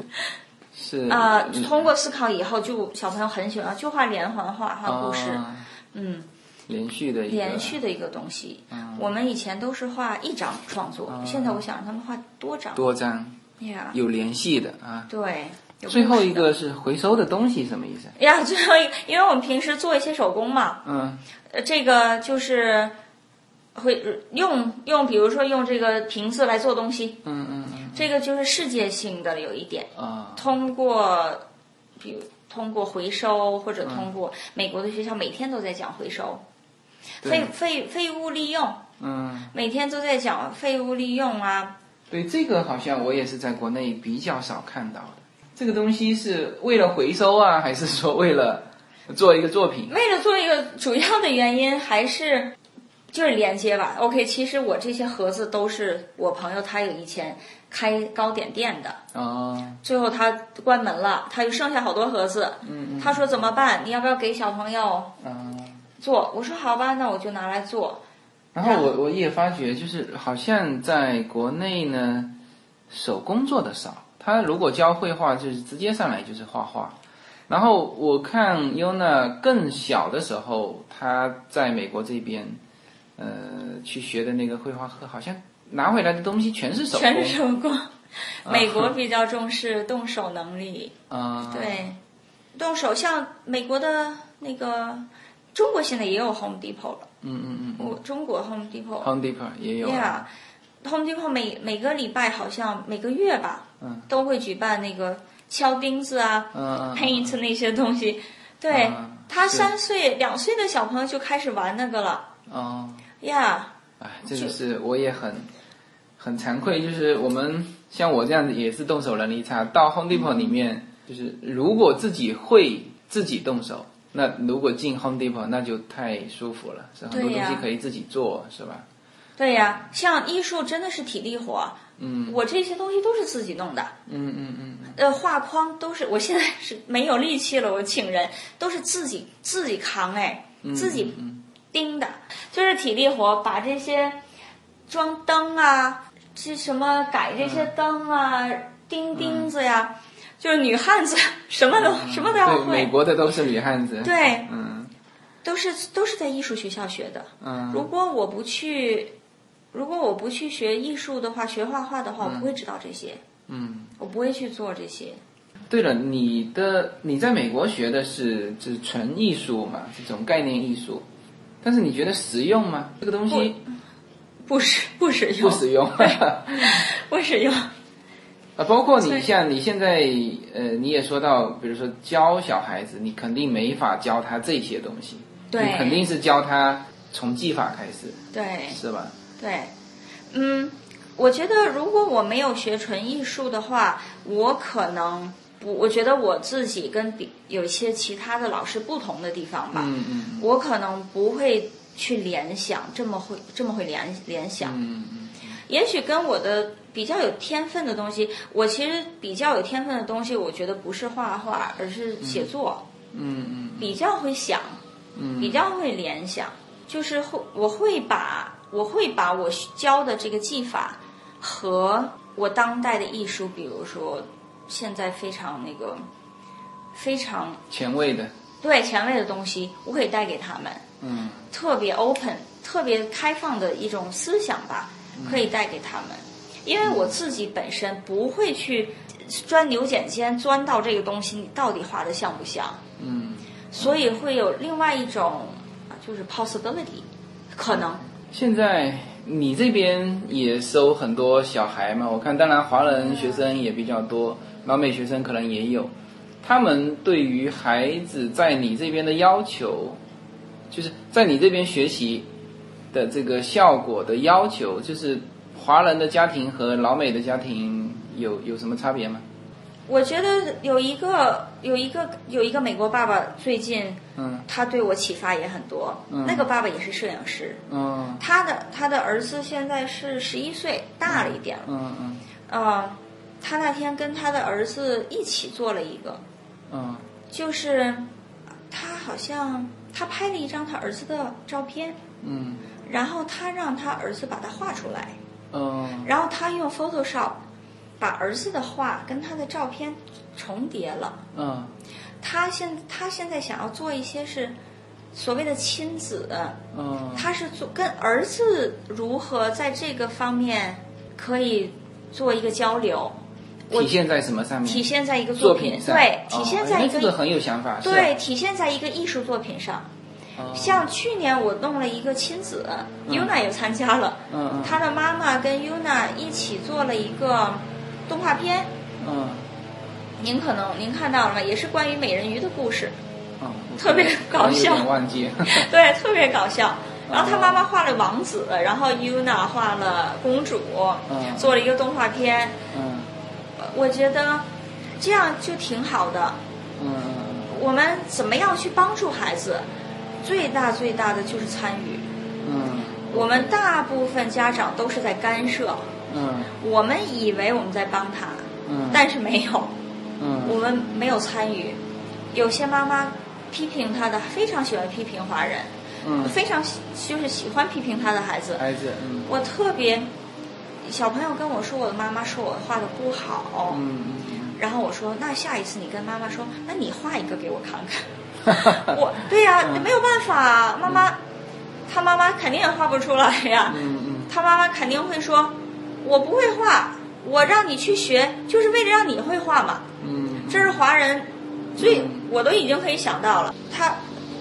是啊、嗯通过思考以后，就小朋友很喜欢，就画连环画、画故事，啊嗯，连续的一个连续的一个东西。嗯我们以前都是画一张创作，啊现在我想让他们画多张。多张呀有联系的啊。对。有最后一故个是回收的东西什么意思？事呀，最后一个，因为我们平时做一些手工嘛，嗯呃，这个就是会用用，比如说用这个瓶子来做东西，嗯嗯嗯这个就是世界性的有一点。啊通过，比如通过回收或者通过美国的学校每天都在讲回收，废对废废物利用，嗯，每天都在讲废物利用啊，对这个好像我也是在国内比较少看到的。这个东西是为了回收啊，还是说为了做一个作品？啊为了做一个主要的原因还是。就是连接吧，OK。其实我这些盒子都是我朋友，他有以前开糕点店的，哦，最后他关门了，他就剩下好多盒子。嗯嗯他说怎么办？你要不要给小朋友嗯。做？我说好吧，那我就拿来做。然后我我也发觉，就是好像在国内呢，手工做的少。他如果教绘画，就是直接上来就是画画。然后我看 Yuna 更小的时候，他在美国这边，呃，去学的那个绘画课，好像拿回来的东西全是手工，全是手工。啊美国比较重视动手能力，啊、对，动手像美国的那个，中国现在也有 Home Depot 了，嗯嗯嗯我中国 Home Depot，Yeah，Home ，Home Depot 也有啊 Depot 每每个礼拜好像每个月吧，嗯都会举办那个敲钉子啊、嗯嗯 paint 那些东西，对。嗯他是三岁、两岁的小朋友就开始玩那个了哦。呀哎，这个是我也很很惭愧，就是我们像我这样子也是动手能力差，到 Home Depot 里面，就是如果自己会自己动手，那如果进 Home Depot 那就太舒服了，是很多对东呀西可以自己做，是吧？对呀、像艺术真的是体力活，嗯，我这些东西都是自己弄的，嗯嗯嗯嗯，呃，画框都是我现在是没有力气了，我请人都是自己自己扛哎，自己嗯盯的，就是体力活，把这些装灯啊，这什么改这嗯些灯啊，钉钉子呀，就是女汉子什么都什么都要嗯对，美会，国的都是女汉子，，对，嗯都是都是在艺术学校学的。嗯如果我不去，如果我不去学艺术的话，学画画的话，我不会知道这些，嗯。我不会去做这些。对了，你的你在美国学的是就是纯艺术嘛，这种概念艺术，但是你觉得实用吗？这个东西不使不使不用，实用。 [laughs] 不使用，啊，包括所你以像你现在，呃，你也说到，比如说教小孩子，你肯定没法教他这些东西，对你肯定是教他从技法开始，对是吧？对，嗯，我觉得如果我没有学纯艺术的话，我可能不，我觉得我自己跟比有一些其他的老师不同的地方吧，嗯嗯我可能不会去联想这么会这么会联联想，嗯嗯也许跟我的比较有天分的东西，我其实比较有天分的东西，我觉得不是画画，而是写作，嗯嗯比较会想，嗯比较会联想，就是会我会把我会把我教的这个技法和我当代的艺术，比如说现在非常那个非常嗯，前卫的，对前卫的东西，我可以带给他们。嗯特别 open、特别开放的一种思想吧，可以带给他们。因为我自己本身不会去钻牛角尖，钻到这个东西你到底画的像不像，嗯，所以会有另外一种啊就是 possibility，可能现在你这边也收很多小孩嘛？我看，当然华人学生也比较多，老美学生可能也有。他们对于孩子在你这边的要求，就是在你这边学习的这个效果的要求，就是华人的家庭和老美的家庭有有什么差别吗？我觉得有一个有一个有一个美国爸爸最近嗯他对我启发也很多，嗯那个爸爸也是摄影师，嗯他的他的儿子现在是十一岁，大了一点了。嗯嗯呃，他那天跟他的儿子一起做了一个，嗯就是他好像他拍了一张他儿子的照片，嗯然后他让他儿子把它画出来，嗯然后他用 Photoshop 把儿子的画跟他的照片重叠了。嗯他现他现在想要做一些是所谓的亲子，嗯，他是做跟儿子如何在这个方面可以做一个交流。我体现在什么上面？体现在一个作作品，上对，哦体现在那一这个、个很有想法，是吧对，体现在一个艺术作品上。哦像去年我弄了一个亲子、y u n a 也参加了，嗯嗯她的妈妈跟 Yuna 一起做了一个动画片，嗯您可能您看到了吗？也是关于美人鱼的故 [laughs] 事，嗯，特别可搞笑能有点忘 [laughs] 记。对，特别搞笑。然后她哦妈妈画了王子，然后 Yuna 画了公主，嗯做了一个动画片。嗯我觉得这样就挺好的，嗯我们怎么样去帮助孩子？最大最大的就是参与。嗯我们大部分家长都是在干涉，嗯我们以为我们在帮他，嗯，但是没有，我嗯们没有参与。有些妈妈批评他的，非常喜欢批评华人，嗯，非常喜就是喜欢批评他的孩子。孩子，嗯我特别，小朋友跟我说，我的妈妈说我画的不好，嗯嗯然后我说，那下一次你跟妈妈说，那你画一个给我看看。嗯，我对呀、嗯没有办法啊，妈妈，他妈妈肯定也画不出来呀、 [laughs] 嗯他妈妈肯定会说，我不会画，我让你去学，就是为了让你会画嘛。嗯嗯，这是华人，所以嗯我都已经可以想到了。他，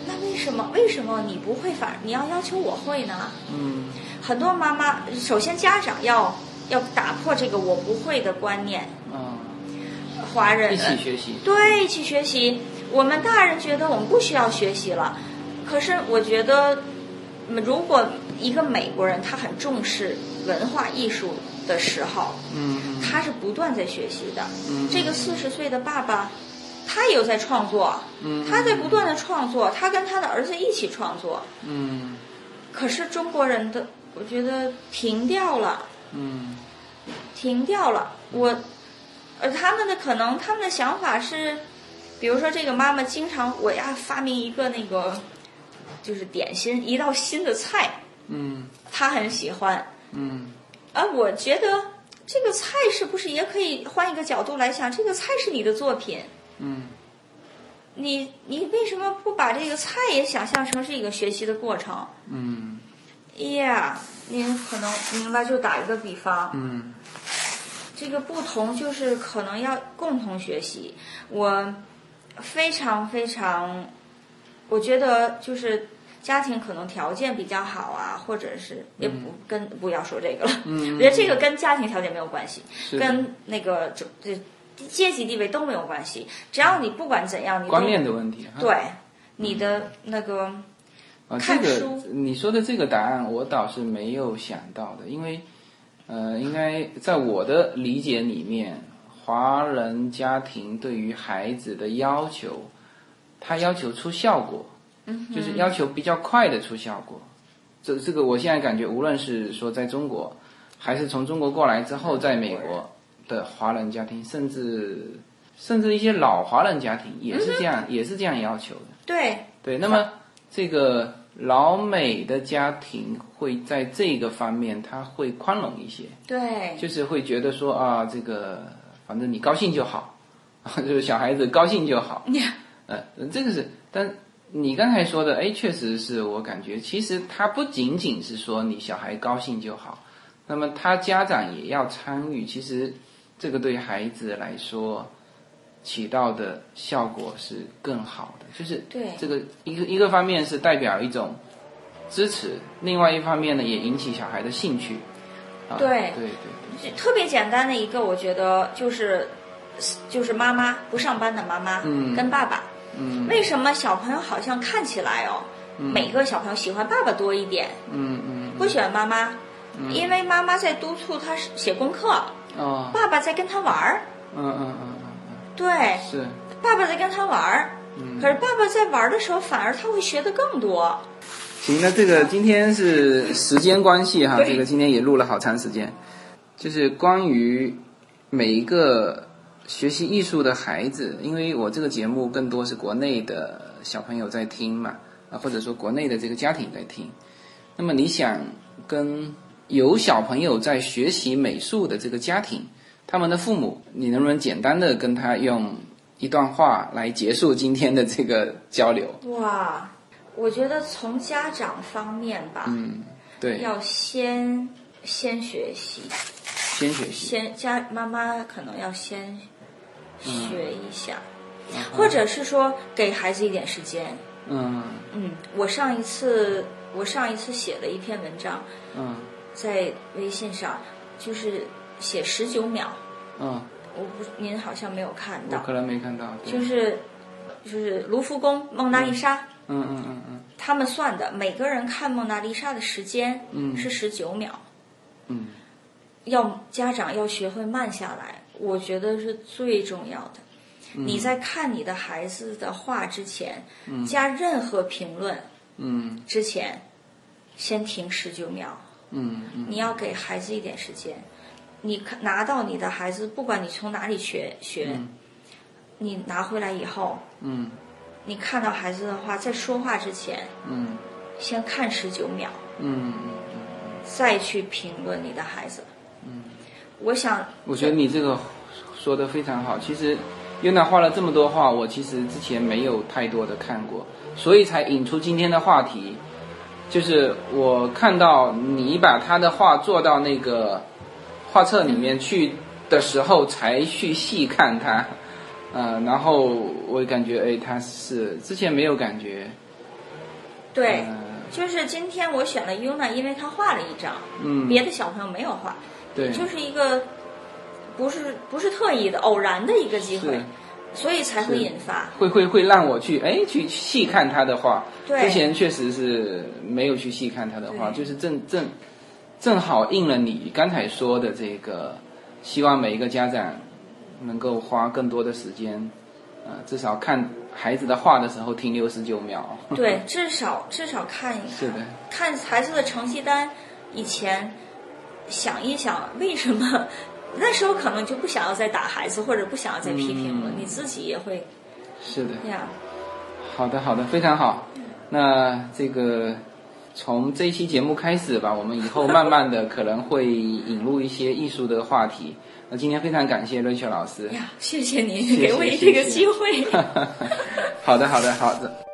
那为什么为什么你不会反，你要要求我会呢？嗯很多妈妈，首先家长要要打破这个我不会的观念，啊，华人一起学习，对，一起学习。我们大人觉得我们不需要学习了，可是我觉得，嗯如果一个美国人他很重视文化艺术的时候，嗯嗯呃他是不断在学习的。嗯这个四十岁的爸爸，他也有在创作，嗯，他在不断的创作，他跟他的儿子一起创作。嗯可是中国人的我觉得停掉了，嗯停掉了。我，呃，他们的可能他们的想法是，比如说这个妈妈经常我要发明一个那个，就是点心一道新的菜，嗯她很喜欢。嗯啊，我觉得这个菜是不是也可以换一个角度来想？这个菜是你的作品，嗯你你为什么不把这个菜也想象成是一个学习的过程嗯？Yeah，您可能明白，就打一个比方，嗯这个不同就是可能要共同学习。我非常非常，我觉得就是家庭可能条件比较好啊，或者是也不跟不要说这个了，嗯我觉得这个跟家庭条件没有关系，是的跟那个就这阶级地位都没有关系。只要你不管怎样，你都观念的问题哈。对你的那个啊，这看个书你说的这个答案，我倒是没有想到的，因为，呃，应该在我的理解里面，华人家庭对于孩子的要求，他要求出效果，嗯就是要求比较快的出效果。这这个我现在感觉，无论是说在中国，还是从中国过来之后，在美国的华人家庭，甚至甚至一些老华人家庭也嗯是这样，也是这样要求的。对对，那么这个老美的家庭会在这个方面，他会宽容一些，对就是会觉得说啊，这个反正你高兴就好， [laughs] 就是小孩子高兴就好。呃，这个是，但你刚才说的，哎，确实是我感觉，其实他不仅仅是说你小孩高兴就好，那么他家长也要参与。其实这个对孩子来说起到的效果是更好的，就是对这个一个一个方面是代表一种支持，另外一方面呢也引起小孩的兴趣。啊、对对对就特别简单的一个，我觉得就是就是妈妈不上班的妈妈、嗯跟爸爸，嗯为什么小朋友好像看起来哦，每个小朋友喜欢爸爸多一点，嗯嗯不喜欢妈妈，因为妈妈在督促他写功课，哦，爸爸在跟他玩儿，嗯嗯嗯嗯嗯，对，是，嗯爸爸在跟他玩儿。可是爸爸在玩儿的时候，反而他会学的更多。行，那这个今天是时间关系哈，对这个今天也录了好长时间，就是关于每一个学习艺术的孩子，因为我这个节目更多是国内的小朋友在听嘛，啊，或者说国内的这个家庭在听，那么你想跟有小朋友在学习美术的这个家庭，他们的父母，你能不能简单的跟他用一段话来结束今天的这个交流？哇，我觉得从家长方面吧，嗯，对，要先先学习，先学习。先家妈妈可能要先嗯学一下，啊或者是说给孩子一点时间。嗯嗯，我上一次我上一次写了一篇文章嗯在微信上，就是写十九秒，嗯，我不您好像没有看我到，可能没看到。对就是就是卢浮宫蒙娜丽莎。嗯嗯嗯嗯他们算的，每个人看蒙娜丽莎的时间嗯是十九秒，嗯，要家长要学会慢下来，我觉得是最重要的。嗯你在看你的孩子的画之前，加任何评论嗯之前，先停十九秒，嗯嗯你要给孩子一点时间。你看拿到你的孩子，不管你从哪里学学，你拿回来以后，嗯你看到孩子的话，在说话之前，嗯先看十九秒。嗯嗯。再去评论你的孩子。嗯，我想，我觉得你这个说的非常好。其实优娜画了这么多画，我其实之前没有太多的看过，所以才引出今天的话题。就是我看到你把他的画做到那个画册里面去的时候，才去细看它。呃，然后我感觉，哎，他是之前没有感觉，对，呃就是今天我选了 Yuna，因为她画了一张，嗯，别的小朋友没有画，对，就是一个不是不是特意的偶然的一个机会是，所以才会引发。会会会让我去哎去细看他的画。对之前确实是没有去细看他的画，对就是正正正好应了你刚才说的这个，希望每一个家长能够花更多的时间，呃，至少看孩子的画的时候停留十九秒。 [laughs] 对，至少至少看一是看，的，看孩子的成绩单，以前想一想，为什么那时候可能就不想要再打孩子，或者不想要再批评了，嗯你自己也会是的，那样。好的，好的，非常好。那这个从这一期节目开始吧，我们以后慢慢的可能会引入一些艺术的话题。那今天非常感谢瑞 [laughs] 秋老师哎。呀，谢谢您谢给我谢这个 [laughs] 谢谢机会。好的，好的，好的。